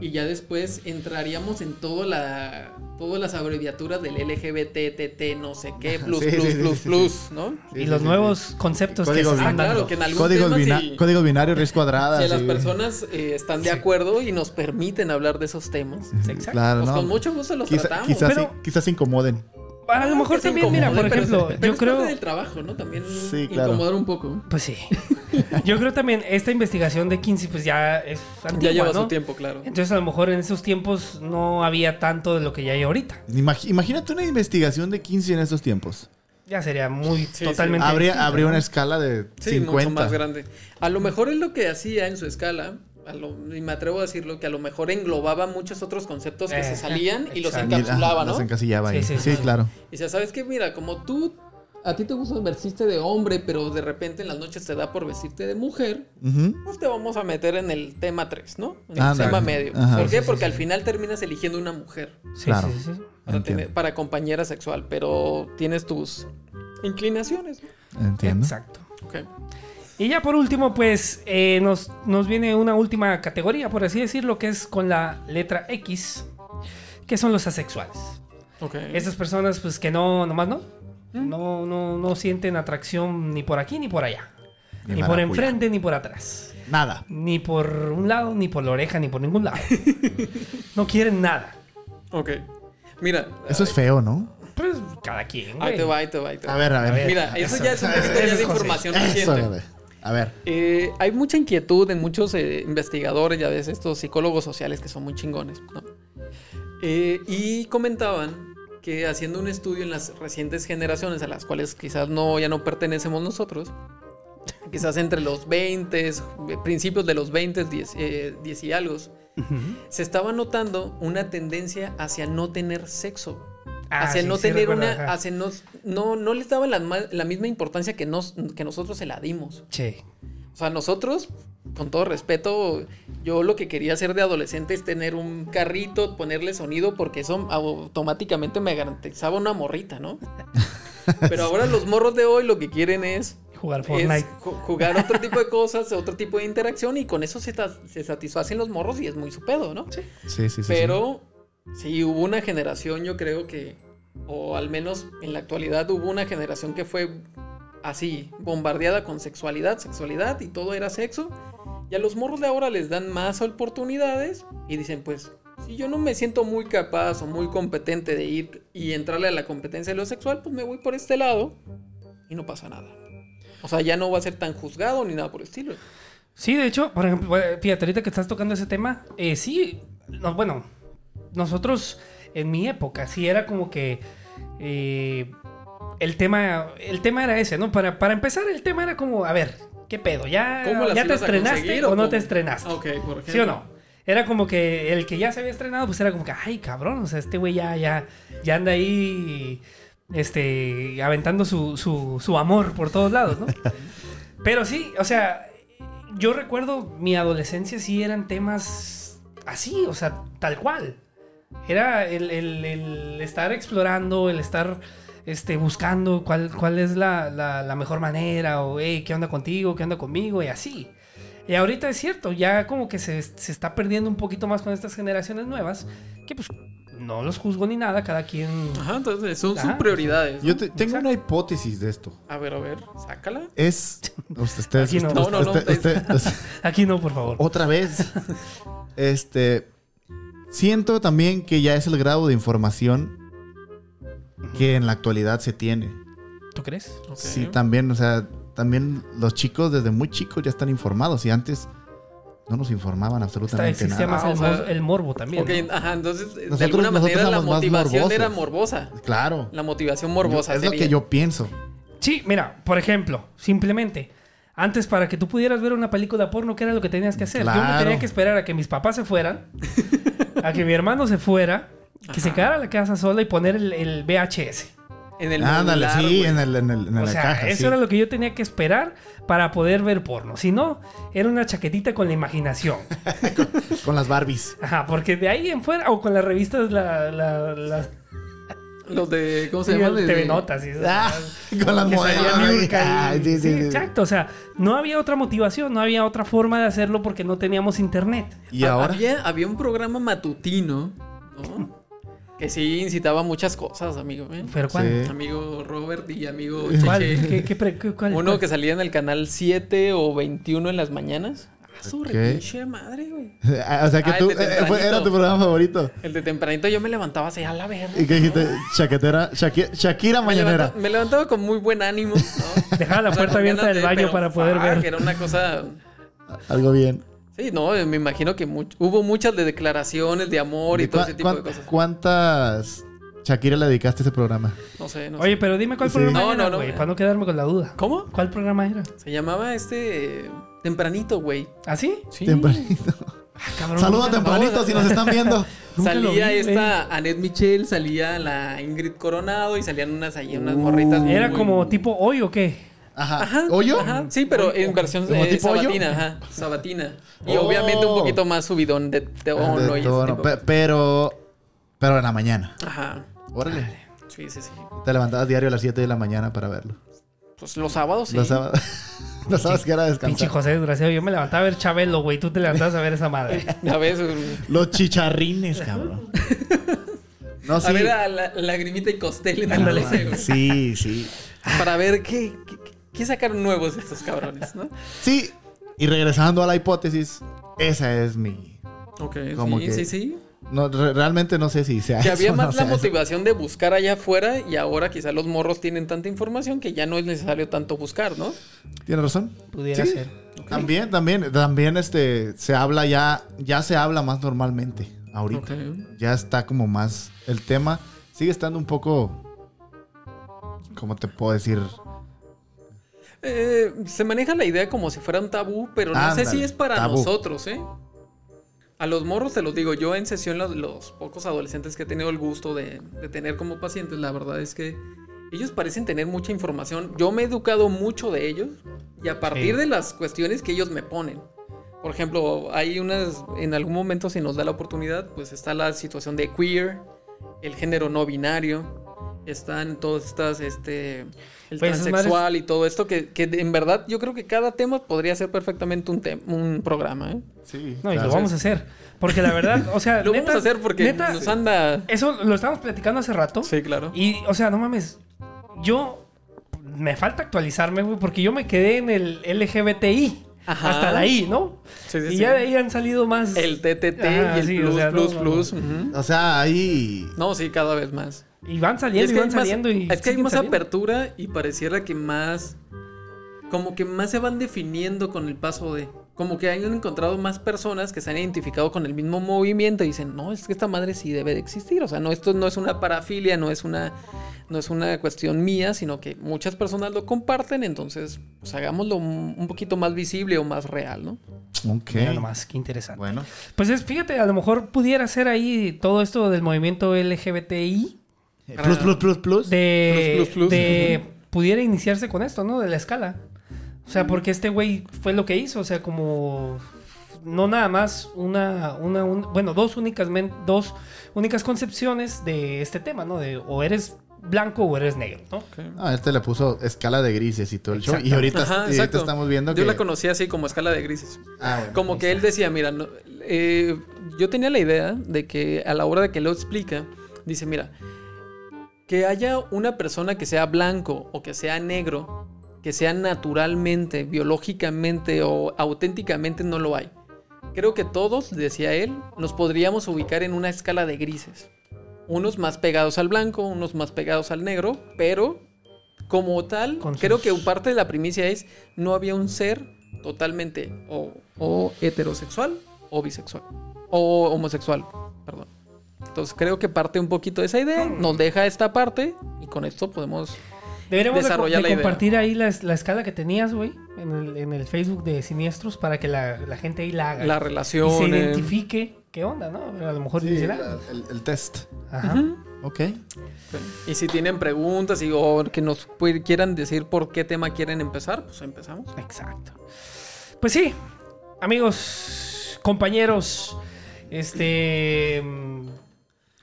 Speaker 4: y ya después entraríamos en todo la, todas las abreviaturas del LGBTTT, no sé qué, plus,
Speaker 2: Sí, sí,
Speaker 4: plus,
Speaker 2: sí,
Speaker 4: plus,
Speaker 2: sí, sí.
Speaker 4: plus, ¿no? Ah,
Speaker 2: Sí,
Speaker 1: y
Speaker 2: sí,
Speaker 1: los
Speaker 2: sí,
Speaker 1: nuevos
Speaker 2: sí.
Speaker 1: conceptos que
Speaker 2: Código
Speaker 1: se están
Speaker 2: binario.
Speaker 1: dando.
Speaker 4: Claro, que en algún
Speaker 2: Códigos,
Speaker 4: tema
Speaker 2: bina-
Speaker 4: sí.
Speaker 2: códigos binarios, raíz cuadrada.
Speaker 4: Si las
Speaker 2: sí.
Speaker 4: personas eh, están de acuerdo y nos permiten hablar de esos temas,
Speaker 1: Exacto.
Speaker 2: Claro,
Speaker 4: pues
Speaker 2: Ah, no.
Speaker 4: con mucho gusto los
Speaker 2: Quizá-
Speaker 4: tratamos.
Speaker 2: quizás,
Speaker 1: Pero-
Speaker 2: sí- quizás se incomoden.
Speaker 1: A lo mejor
Speaker 4: Que se
Speaker 1: también, mira, por
Speaker 4: incomoden, pero-
Speaker 1: ejemplo,
Speaker 4: pero
Speaker 1: yo
Speaker 4: es
Speaker 1: creo...
Speaker 4: parte del trabajo, ¿no? También
Speaker 2: Sí, claro.
Speaker 4: incomodar un poco.
Speaker 1: Pues sí. Yo creo también esta investigación de Kinsey pues ya es
Speaker 4: Ya
Speaker 1: antigua,
Speaker 4: lleva
Speaker 1: ¿no?
Speaker 4: su tiempo, claro.
Speaker 1: Entonces a lo mejor en esos tiempos no había tanto de lo que ya hay ahorita.
Speaker 2: Imag- imagínate una investigación de 15 en esos tiempos.
Speaker 1: Ya sería muy
Speaker 4: Sí,
Speaker 1: totalmente
Speaker 2: Habría,
Speaker 1: distinto,
Speaker 2: habría
Speaker 1: ¿no?
Speaker 2: una escala de
Speaker 4: Sí,
Speaker 2: 50.
Speaker 4: mucho más grande. A lo mejor es lo que hacía en su escala, a lo- y me atrevo a decirlo, que a lo mejor englobaba muchos otros conceptos que
Speaker 1: Eh,
Speaker 4: se salían y los
Speaker 1: exacto.
Speaker 2: Mira,
Speaker 4: encapsulaba,
Speaker 2: Los
Speaker 4: ¿no?
Speaker 2: Ah, encasillaba ahí.
Speaker 1: Sí,
Speaker 2: Sí,
Speaker 1: sí, sí.
Speaker 2: claro.
Speaker 4: Y ya sabes que, mira, como tú, a ti te gusta vestirte de hombre, pero de repente en las noches te da por vestirte de mujer,
Speaker 2: Ujú.
Speaker 4: pues te vamos a meter en el tema 3, ¿no? En el
Speaker 2: Ándale.
Speaker 4: tema medio.
Speaker 2: Ajá.
Speaker 4: ¿Por
Speaker 2: Sí,
Speaker 4: qué? Porque al final terminas eligiendo una mujer
Speaker 1: Sí,
Speaker 2: Claro.
Speaker 1: sí, sí, sí.
Speaker 4: para, tener-
Speaker 2: Entiendo.
Speaker 4: para compañera sexual, pero tienes tus inclinaciones. ¿no?
Speaker 2: Entiendo.
Speaker 1: Exacto.
Speaker 4: Ok.
Speaker 1: Y ya por último, pues eh, nos, nos viene una última categoría, por así decirlo, que es con la letra X, que son los asexuales.
Speaker 4: Ok.
Speaker 1: Esas personas, pues que no, nomás no,
Speaker 4: ¿Mm?
Speaker 1: no, no, no sienten atracción ni por aquí ni por allá,
Speaker 2: Ni
Speaker 1: ni por
Speaker 2: maracuyá.
Speaker 1: enfrente ni por atrás.
Speaker 2: Nada.
Speaker 1: Ni por un lado, ni por la oreja, ni por ningún lado. No quieren nada.
Speaker 4: Ok. Mira.
Speaker 2: Eso es feo, ¿no?
Speaker 1: Pues cada quien. güey.
Speaker 4: Ahí te va, ahí te va, ahí te va.
Speaker 2: A ver, a ver.
Speaker 1: A ver.
Speaker 4: Mira, eso,
Speaker 1: Eso,
Speaker 4: ya es un poquito
Speaker 1: eso,
Speaker 4: ya de
Speaker 1: José.
Speaker 4: información
Speaker 2: Eso, a
Speaker 4: reciente.
Speaker 2: ver. A ver.
Speaker 4: Eh, hay mucha inquietud en muchos eh, investigadores, ya ves, estos psicólogos sociales que son muy chingones, ¿no? Eh, y comentaban que haciendo un estudio en las recientes generaciones, a las cuales quizás no, ya no pertenecemos nosotros, quizás entre los 20, principios de los 20, 10, eh, 10 y algo,
Speaker 1: Ujú.
Speaker 4: se estaba notando una tendencia hacia no tener sexo.
Speaker 1: Ah,
Speaker 4: hacia
Speaker 1: sí,
Speaker 4: no
Speaker 1: sí,
Speaker 4: tener
Speaker 1: recuerdo,
Speaker 4: una.
Speaker 1: ajá.
Speaker 4: Hacia no, no, no les daban la, ma- la misma importancia que, nos, que nosotros se la dimos.
Speaker 1: Che.
Speaker 4: O sea, nosotros, con todo respeto, yo lo que quería hacer de adolescente es tener un carrito, ponerle sonido, porque eso automáticamente me garantizaba una morrita, ¿no? Pero ahora los morros de hoy lo que quieren es,
Speaker 1: Jugar
Speaker 4: es
Speaker 1: Fortnite.
Speaker 4: ju- jugar otro tipo de cosas, otro tipo de interacción, y con eso se, ta- se satisfacen los morros y es muy su pedo, ¿no?
Speaker 2: Sí, sí, sí.
Speaker 4: Pero sí hubo una generación, yo creo que, o al menos en la actualidad hubo una generación que fue así, bombardeada con sexualidad, sexualidad y todo era sexo. Y a los morros de ahora les dan más oportunidades y dicen, pues, si yo no me siento muy capaz o muy competente de ir y entrarle a la competencia de lo sexual, pues me voy por este lado y no pasa nada. O sea, ya no va a ser tan juzgado ni nada por el estilo.
Speaker 1: Sí, de hecho, por ejemplo, bueno, fíjate, ahorita que estás tocando ese tema, eh, sí, no, bueno, nosotros en mi época sí era como que eh, el tema el tema era ese, ¿no? Para, para empezar, el tema era como, a ver, ¿qué pedo? ¿Ya,
Speaker 4: ¿Cómo las
Speaker 1: ya te
Speaker 4: ibas a
Speaker 1: estrenaste
Speaker 4: conseguir
Speaker 1: o,
Speaker 4: o
Speaker 1: no
Speaker 4: cómo?
Speaker 1: te estrenaste?
Speaker 4: Ok, por ejemplo.
Speaker 1: ¿Sí o no? Era como que el que ya se había estrenado, pues era como que, ay, cabrón, o sea, este güey ya, ya, ya anda ahí, este, aventando su, su, su amor por todos lados, ¿no? Pero sí, o sea, yo recuerdo mi adolescencia sí eran temas así, o sea, tal cual. Era el, el- el estar explorando, el estar este, buscando cuál, cuál es la, la- la mejor manera, o hey, ¿qué onda contigo? ¿Qué onda conmigo? Y así. Y ahorita es cierto, ya como que se, se está perdiendo un poquito más con estas generaciones nuevas, que pues no los juzgo ni nada, cada quien...
Speaker 4: Ajá, entonces son sus
Speaker 1: Ajá.
Speaker 4: prioridades. ¿no?
Speaker 2: Yo te- tengo una hipótesis de esto.
Speaker 4: A ver, a ver, sácala.
Speaker 2: Es. Usted, usted-
Speaker 1: Aquí no.
Speaker 2: usted-
Speaker 4: No, no, no,
Speaker 2: usted- usted- usted-
Speaker 1: Aquí no, por favor.
Speaker 2: otra vez. Este. Siento también que ya es el grado de información que en la actualidad se tiene.
Speaker 1: ¿Tú crees?
Speaker 4: Ok.
Speaker 2: Sí, también, o sea, también los chicos desde muy chicos ya están informados y antes no nos informaban
Speaker 1: Está,
Speaker 2: absolutamente
Speaker 1: existe
Speaker 2: nada.
Speaker 1: más
Speaker 4: Ah,
Speaker 1: el,
Speaker 4: o sea-
Speaker 1: mor- el morbo también.
Speaker 4: Ok,
Speaker 1: ¿no?
Speaker 4: ajá, entonces de
Speaker 2: Nosotros-
Speaker 4: alguna
Speaker 2: nosotros
Speaker 4: manera la
Speaker 2: somos más
Speaker 4: motivación era
Speaker 2: morbosos.
Speaker 4: morbosa.
Speaker 2: Claro.
Speaker 4: La motivación morbosa.
Speaker 2: es lo
Speaker 4: sería.
Speaker 2: que yo pienso.
Speaker 1: Sí, mira, por ejemplo, simplemente, antes para que tú pudieras ver una película porno, ¿qué era lo que tenías que hacer? Yo me
Speaker 2: Claro.
Speaker 1: tenía que esperar a que mis papás se fueran, a que mi hermano se fuera, que
Speaker 4: Ajá.
Speaker 1: se quedara la casa sola y poner el, el VHS.
Speaker 4: En el
Speaker 2: Ándale,
Speaker 4: modular,
Speaker 2: sí,
Speaker 4: güey.
Speaker 2: en, el, en, el, en
Speaker 1: o
Speaker 2: la
Speaker 1: sea,
Speaker 2: caja.
Speaker 1: eso
Speaker 2: sí.
Speaker 1: era lo que yo tenía que esperar para poder ver porno. Si no, era una chaquetita con la imaginación.
Speaker 2: Con las Barbies.
Speaker 1: Ajá, porque de ahí en fuera, o con las revistas, la, la, las-
Speaker 4: Los de. ¿Cómo se
Speaker 1: sí,
Speaker 4: llama?
Speaker 1: el
Speaker 4: De-
Speaker 1: TV Notas. y esas
Speaker 2: Ah, con las
Speaker 1: que
Speaker 2: modelos.
Speaker 1: salía
Speaker 2: güey.
Speaker 1: Niurka
Speaker 2: Ay,
Speaker 1: y-
Speaker 2: sí, sí,
Speaker 1: sí,
Speaker 2: sí.
Speaker 1: exacto. O sea, no había otra motivación, no había otra forma de hacerlo porque no teníamos internet.
Speaker 2: Y
Speaker 4: Ha-
Speaker 2: ahora.
Speaker 4: Había, había un programa matutino, ¿no? que sí incitaba muchas cosas, amigo. ¿eh?
Speaker 1: Pero ¿cuál?
Speaker 2: Sí.
Speaker 4: Amigo Robert y amigo
Speaker 1: ¿Cuál?
Speaker 4: Cheche.
Speaker 1: ¿Qué- qué pre- qué- cuál?
Speaker 4: Uno que salía en el canal 7 o 21 en las mañanas. Ah, su
Speaker 2: Ok.
Speaker 4: repinche madre, güey.
Speaker 2: Ah, O sea que
Speaker 4: Ah,
Speaker 2: tú.
Speaker 4: el de
Speaker 2: eh, fue- era
Speaker 4: tempranito.
Speaker 2: tu programa favorito.
Speaker 4: El de tempranito yo me levantaba así a la verga.
Speaker 2: ¿Y qué dijiste? Shaketera- Shaki- Shakira
Speaker 4: Me levanta-
Speaker 2: Mañanera.
Speaker 4: me levantaba con muy buen ánimo. ¿no?
Speaker 1: Dejaba la
Speaker 4: O sea,
Speaker 1: puerta
Speaker 4: con
Speaker 1: abierta
Speaker 4: ganas
Speaker 1: del
Speaker 4: de-
Speaker 1: baño
Speaker 4: pero,
Speaker 1: para poder
Speaker 4: fuck,
Speaker 1: ver.
Speaker 4: Era una cosa.
Speaker 2: Algo bien.
Speaker 4: Sí, no, me imagino que much- hubo muchas de declaraciones de amor y
Speaker 2: ¿De
Speaker 4: todo
Speaker 2: cua-
Speaker 4: ese tipo de
Speaker 2: cuán-
Speaker 4: cosas.
Speaker 2: ¿Cuántas Shakira le dedicaste a ese programa?
Speaker 4: No sé, no sé.
Speaker 1: Oye, pero dime cuál
Speaker 2: Sí.
Speaker 1: programa
Speaker 4: No,
Speaker 1: era,
Speaker 4: no, no,
Speaker 1: güey,
Speaker 4: güey.
Speaker 1: para no quedarme con la duda.
Speaker 4: ¿Cómo?
Speaker 1: ¿Cuál programa era?
Speaker 4: Se llamaba este eh, Tempranito, güey.
Speaker 1: ¿Así?
Speaker 4: Sí.
Speaker 2: Tempranito.
Speaker 1: Ah, Cabrón,
Speaker 2: Saluda
Speaker 1: nunca lo-
Speaker 2: tempranito si nos están viendo.
Speaker 1: Nunca lo
Speaker 4: Salía
Speaker 1: vi, güey.
Speaker 4: esta Annette Michel, salía la Ingrid Coronado y salían unas ahí, unas
Speaker 2: Uh.
Speaker 4: morritas. muy-
Speaker 1: ¿Era como tipo hoy o qué?
Speaker 2: Ajá.
Speaker 4: Ajá.
Speaker 2: ¿Oyo?
Speaker 4: Ajá, sí, pero en versión
Speaker 2: ¿Como
Speaker 4: eh,
Speaker 2: tipo hoyo?
Speaker 4: sabatina, ajá. Sabatina. Y
Speaker 2: Oh.
Speaker 4: obviamente un poquito más subidón de
Speaker 2: Ah,
Speaker 4: tono
Speaker 2: de
Speaker 4: y ese
Speaker 2: tono,
Speaker 4: tipo de
Speaker 2: pe-
Speaker 4: cosas.
Speaker 2: Pero. Pero en la mañana.
Speaker 4: Ajá.
Speaker 2: Órale.
Speaker 4: Sí, sí, sí.
Speaker 2: Te levantabas diario a las 7 de la mañana para verlo.
Speaker 4: Pues los sábados sí.
Speaker 2: Los sábados. Los sábados que era
Speaker 1: Pinche
Speaker 2: descansar.
Speaker 1: José desgraciado. Yo me levantaba a ver Chabelo, güey. Tú te levantabas a ver esa madre.
Speaker 4: A veces.
Speaker 2: Los chicharrines, cabrón. No,
Speaker 4: A
Speaker 2: sí.
Speaker 4: ver a la, lagrimita y costel en el
Speaker 1: Ándale.
Speaker 4: colegio, güey.
Speaker 2: Sí, sí.
Speaker 4: Para ver qué, qué, qué sacaron nuevos estos cabrones, ¿no?
Speaker 2: Sí. Y regresando a la hipótesis, esa es mi.
Speaker 4: Ok,
Speaker 2: Como
Speaker 4: sí,
Speaker 2: que-
Speaker 4: sí, sí.
Speaker 2: No, re- realmente no sé si sea.
Speaker 4: Que
Speaker 2: eso,
Speaker 4: había
Speaker 2: no
Speaker 4: más la
Speaker 2: sea eso.
Speaker 4: motivación de buscar allá afuera y ahora quizá los morros tienen tanta información que ya no es necesario tanto buscar, ¿no?
Speaker 2: Tienes razón.
Speaker 1: Pudiera
Speaker 2: Sí.
Speaker 1: ser.
Speaker 2: También, también, también este se habla ya, ya se habla más normalmente ahorita. Ya está como más el tema. Sigue estando un poco. ¿Cómo te puedo decir?
Speaker 4: Eh, se maneja la idea como si fuera un tabú, pero no sé
Speaker 2: Ándale,
Speaker 4: si es para
Speaker 2: tabú.
Speaker 4: nosotros, ¿eh? A los morros te los digo, yo en sesión los, los pocos adolescentes que he tenido el gusto de, de tener como pacientes, la verdad es que ellos parecen tener mucha información. Yo me he educado mucho de ellos y a partir
Speaker 1: Sí.
Speaker 4: de las cuestiones que ellos me ponen. Por ejemplo, hay unas, en algún momento si nos da la oportunidad, pues está la situación de queer, el género no binario, están todas estas, este, el
Speaker 1: Pues, esas madres-
Speaker 4: transexual y todo esto, que, que en verdad yo creo que cada tema podría ser perfectamente un, tem- un programa, ¿eh?
Speaker 2: Sí.
Speaker 1: No, y lo vamos a hacer. Porque la verdad, o sea.
Speaker 4: Lo
Speaker 1: neta-
Speaker 4: vamos a hacer porque
Speaker 1: neta,
Speaker 4: nos anda...
Speaker 1: Eso lo estábamos platicando hace rato.
Speaker 4: Sí, claro.
Speaker 1: Y, o sea, no mames. Yo. Me falta actualizarme, güey, porque yo me quedé en el LGBTI.
Speaker 4: Ajá.
Speaker 1: Hasta la I, ¿no?
Speaker 4: Sí, sí,
Speaker 1: y
Speaker 4: sí.
Speaker 1: ya de ahí han salido más.
Speaker 4: El TTT
Speaker 1: Ajá,
Speaker 4: y el
Speaker 1: sí, o
Speaker 4: plus,
Speaker 1: sea, no,
Speaker 4: plus,
Speaker 1: no, no.
Speaker 4: plus. ujú.
Speaker 2: O sea, ahí.
Speaker 4: No, sí, cada vez más.
Speaker 1: Y van
Speaker 4: Y
Speaker 1: saliendo y,
Speaker 4: que
Speaker 1: van
Speaker 4: hay más-
Speaker 1: saliendo. y
Speaker 4: es que hay
Speaker 1: siguen
Speaker 4: más
Speaker 1: saliendo.
Speaker 4: apertura y pareciera que más. Como que más se van definiendo con el paso de. Como que han encontrado más personas que se han identificado con el mismo movimiento y dicen, no, es que esta madre sí debe de existir. O sea, no, esto no es una parafilia, no es una, no es una cuestión mía, sino que muchas personas lo comparten, entonces, pues hagámoslo un un poquito más visible o más real, ¿no?
Speaker 2: Ok.
Speaker 1: Mira nomás, qué interesante.
Speaker 2: Bueno.
Speaker 1: Pues es, fíjate, a lo mejor pudiera ser ahí todo esto del movimiento LGBTI.
Speaker 2: Plus, plus, plus, plus.
Speaker 1: De.
Speaker 4: Plus, plus, plus.
Speaker 1: de- pudiera iniciarse con esto, ¿no? De la escala. O sea, porque este güey fue lo que hizo. O sea, como. No nada más una. una un- bueno, dos únicas, men- dos únicas concepciones de este tema, ¿no? De o eres blanco o eres negro, ¿no?
Speaker 2: Ah, este le puso escala de grises y todo el show. Y ahorita,
Speaker 4: Ajá,
Speaker 2: y ahorita
Speaker 4: exacto.
Speaker 2: estamos viendo que.
Speaker 4: Yo la conocí así como escala de grises.
Speaker 2: Ah, bueno.
Speaker 4: Como que él decía, mira, no, eh, yo tenía la idea de que a la hora de que lo explica, dice, mira, que haya una persona que sea blanco o que sea negro, que sea naturalmente, biológicamente o auténticamente no lo hay. Creo que todos, decía él, nos podríamos ubicar en una escala de grises. Unos más pegados al blanco, unos más pegados al negro, pero como tal,
Speaker 1: Con
Speaker 4: creo
Speaker 1: sus-
Speaker 4: que parte de la primicia es no había un ser totalmente o, o heterosexual o bisexual o homosexual, perdón.
Speaker 1: Hmm.
Speaker 4: Entonces creo que parte un poquito de esa idea, nos deja esta parte y con esto podemos
Speaker 1: Deberíamos de, co-
Speaker 4: desarrollar
Speaker 1: de
Speaker 4: la idea.
Speaker 1: compartir ahí la, es- la escala que tenías, güey, en el, en el Facebook de Siniestros para que la, la gente ahí la haga.
Speaker 4: La
Speaker 1: y se
Speaker 4: relación. eh,
Speaker 1: identifique qué onda, ¿no? Pero a lo mejor
Speaker 2: Sí,
Speaker 1: dicen,
Speaker 2: la-
Speaker 1: ah,
Speaker 2: el, el test.
Speaker 1: ajá.
Speaker 2: Ok.
Speaker 4: Y si tienen preguntas y o que nos pu- quieran decir por qué tema quieren empezar, pues empezamos.
Speaker 1: Exacto. Pues sí, amigos, compañeros, este mm,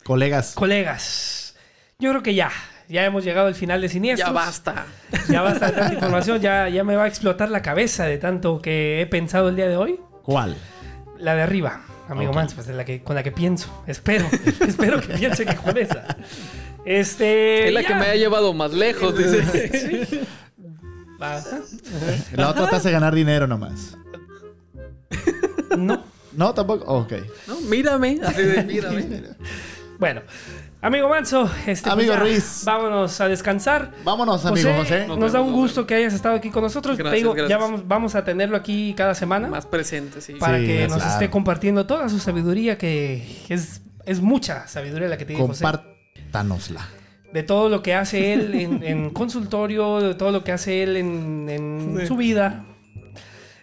Speaker 2: Colegas.
Speaker 1: colegas. Yo creo que ya, ya hemos llegado al final de Siniestros.
Speaker 4: Ya basta.
Speaker 1: Ya basta de tanta información, ya, ya me va a explotar la cabeza de tanto que he pensado el día de hoy.
Speaker 2: ¿Cuál?
Speaker 1: La de arriba, amigo
Speaker 2: Ok.
Speaker 1: Mans, pues es la que, con la que pienso. Espero, espero que piense que con esa. Este.
Speaker 4: es la
Speaker 1: ya.
Speaker 4: que me ha llevado más lejos, dice.
Speaker 1: Va.
Speaker 2: La otra te hace ganar dinero nomás.
Speaker 1: No.
Speaker 2: No, tampoco. Ok.
Speaker 4: No, mírame. Así de, mírame.
Speaker 1: Bueno, amigo Manso, este,
Speaker 2: Amigo
Speaker 1: ya,
Speaker 2: Ruiz.
Speaker 1: vámonos a descansar.
Speaker 2: Vámonos, amigo José.
Speaker 1: Nos,
Speaker 4: Nos
Speaker 1: da
Speaker 4: vemos,
Speaker 1: un
Speaker 4: nos
Speaker 1: gusto que hayas estado aquí con nosotros. Te
Speaker 4: Gracias,
Speaker 1: digo, ya
Speaker 4: gracias.
Speaker 1: vamos, vamos a tenerlo aquí cada semana
Speaker 4: Más presente, sí.
Speaker 1: para
Speaker 2: Sí,
Speaker 1: que nos
Speaker 2: claro.
Speaker 1: esté compartiendo toda su sabiduría, que es, es mucha sabiduría la que tiene José.
Speaker 2: Compártanosla.
Speaker 1: de todo lo que hace él en, en consultorio, de todo lo que hace él en, en
Speaker 4: Sí.
Speaker 1: su vida,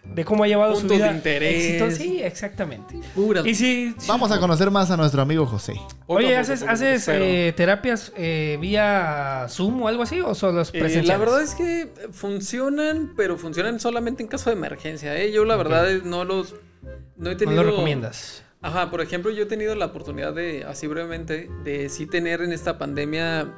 Speaker 1: de cómo ha llevado su
Speaker 4: Puntos
Speaker 1: vida.
Speaker 4: de interés.
Speaker 1: exito- Sí, exactamente.
Speaker 4: Puras-
Speaker 1: Y si, si-
Speaker 2: Vamos a conocer más a nuestro amigo José.
Speaker 4: Poco a
Speaker 1: oye,
Speaker 4: poco,
Speaker 1: ¿haces,
Speaker 4: poco a poco,
Speaker 1: haces
Speaker 4: pero-
Speaker 1: eh, terapias eh, vía Zoom o algo así o solo
Speaker 4: Eh,
Speaker 1: presenciales?
Speaker 4: la verdad es que funcionan, pero funcionan solamente en caso de emergencia. ¿eh? Yo la verdad es no los... No he
Speaker 1: no
Speaker 4: tenido...
Speaker 1: lo recomiendas.
Speaker 4: Ajá, por ejemplo, yo he tenido la oportunidad de, así brevemente, de sí tener en esta pandemia,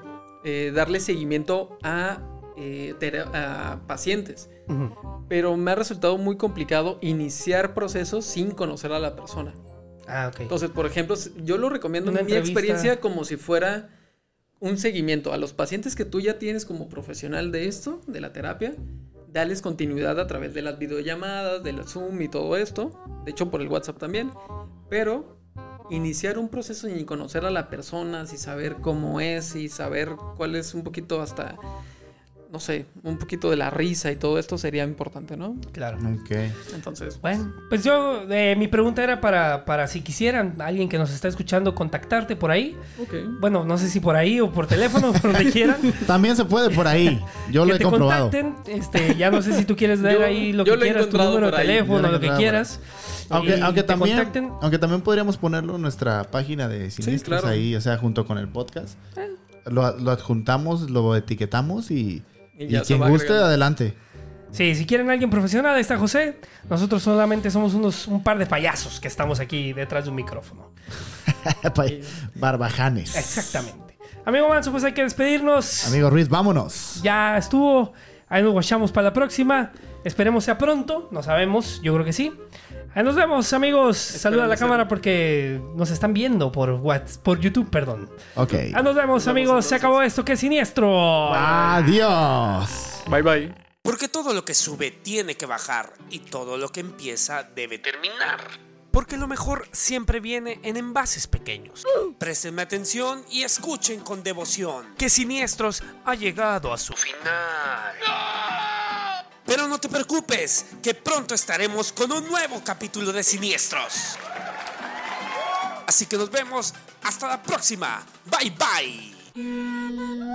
Speaker 4: eh, darle seguimiento a, eh, tera- a pacientes.
Speaker 1: Ujú.
Speaker 4: Pero me ha resultado muy complicado iniciar procesos sin conocer a la persona.
Speaker 1: Ah, ok.
Speaker 4: Entonces, por ejemplo, s- yo lo recomiendo
Speaker 1: Una
Speaker 4: en mi
Speaker 1: entrevista.
Speaker 4: experiencia como si fuera un seguimiento a los pacientes que tú ya tienes como profesional de esto, de la terapia, dales continuidad a través de las videollamadas, del Zoom y todo esto, de hecho por el WhatsApp también, pero iniciar un proceso sin conocer a la persona, sin saber cómo es y saber cuál es un poquito hasta no sé, un poquito de la risa y todo esto sería importante, ¿no?
Speaker 1: Claro.
Speaker 2: Ok.
Speaker 4: Entonces,
Speaker 1: Bueno, pues yo, eh, mi pregunta era para, para si quisieran, alguien que nos está escuchando, contactarte por ahí.
Speaker 4: ok.
Speaker 1: Bueno, no sé si por ahí o por teléfono, por donde quieran.
Speaker 2: También se puede por ahí. Yo lo
Speaker 1: que
Speaker 2: he
Speaker 1: te
Speaker 2: comprobado.
Speaker 1: contacten, este, ya no sé si tú quieres dar
Speaker 4: Yo-
Speaker 1: ahí lo
Speaker 4: yo
Speaker 1: que
Speaker 4: lo he
Speaker 1: quieras, tu
Speaker 4: encontrado
Speaker 1: número de
Speaker 4: por ahí.
Speaker 2: Yo
Speaker 1: teléfono,
Speaker 2: lo he
Speaker 1: lo que
Speaker 2: encontrado
Speaker 1: quieras.
Speaker 2: Aunque,
Speaker 1: Y
Speaker 2: aunque,
Speaker 1: te
Speaker 2: también,
Speaker 1: contacten.
Speaker 2: aunque también podríamos ponerlo en nuestra página de Siniestros
Speaker 4: claro.
Speaker 2: ahí, o sea, junto con el podcast.
Speaker 1: Eh.
Speaker 2: Lo, lo adjuntamos, lo etiquetamos y,
Speaker 4: Y
Speaker 2: y
Speaker 4: ya se
Speaker 2: quien
Speaker 4: va
Speaker 2: guste,
Speaker 4: agregando.
Speaker 2: adelante.
Speaker 1: Sí, si quieren a alguien profesional, ahí está José. Nosotros solamente somos unos un par de payasos que estamos aquí detrás de un micrófono.
Speaker 2: Pa- Barbajanes.
Speaker 1: Exactamente. Amigo Manso, pues hay que despedirnos.
Speaker 2: Amigo Ruiz, vámonos.
Speaker 1: Ya estuvo. Ahí nos guachamos para la próxima. Esperemos sea pronto. No sabemos. Yo creo que sí. Ahí nos vemos, amigos. Saluda a la
Speaker 4: Esperemos sea.
Speaker 1: cámara porque nos están viendo por, Whats- por YouTube, perdón.
Speaker 2: Ok.
Speaker 1: Ah, nos vemos, amigos. Se
Speaker 4: entonces.
Speaker 1: acabó esto. ¡Qué siniestro!
Speaker 2: eh. Adiós.
Speaker 4: Bye bye.
Speaker 5: Porque todo lo que sube tiene que bajar y todo lo que empieza debe terminar.
Speaker 3: Terminar.
Speaker 5: Porque lo mejor siempre viene en envases pequeños. Prestenme atención y escuchen con devoción. Que Siniestros ha llegado a su...
Speaker 3: Tu final.
Speaker 5: Pero no te preocupes, que pronto estaremos con un nuevo capítulo de Siniestros. Así que nos vemos hasta la próxima. Bye bye.
Speaker 6: La la la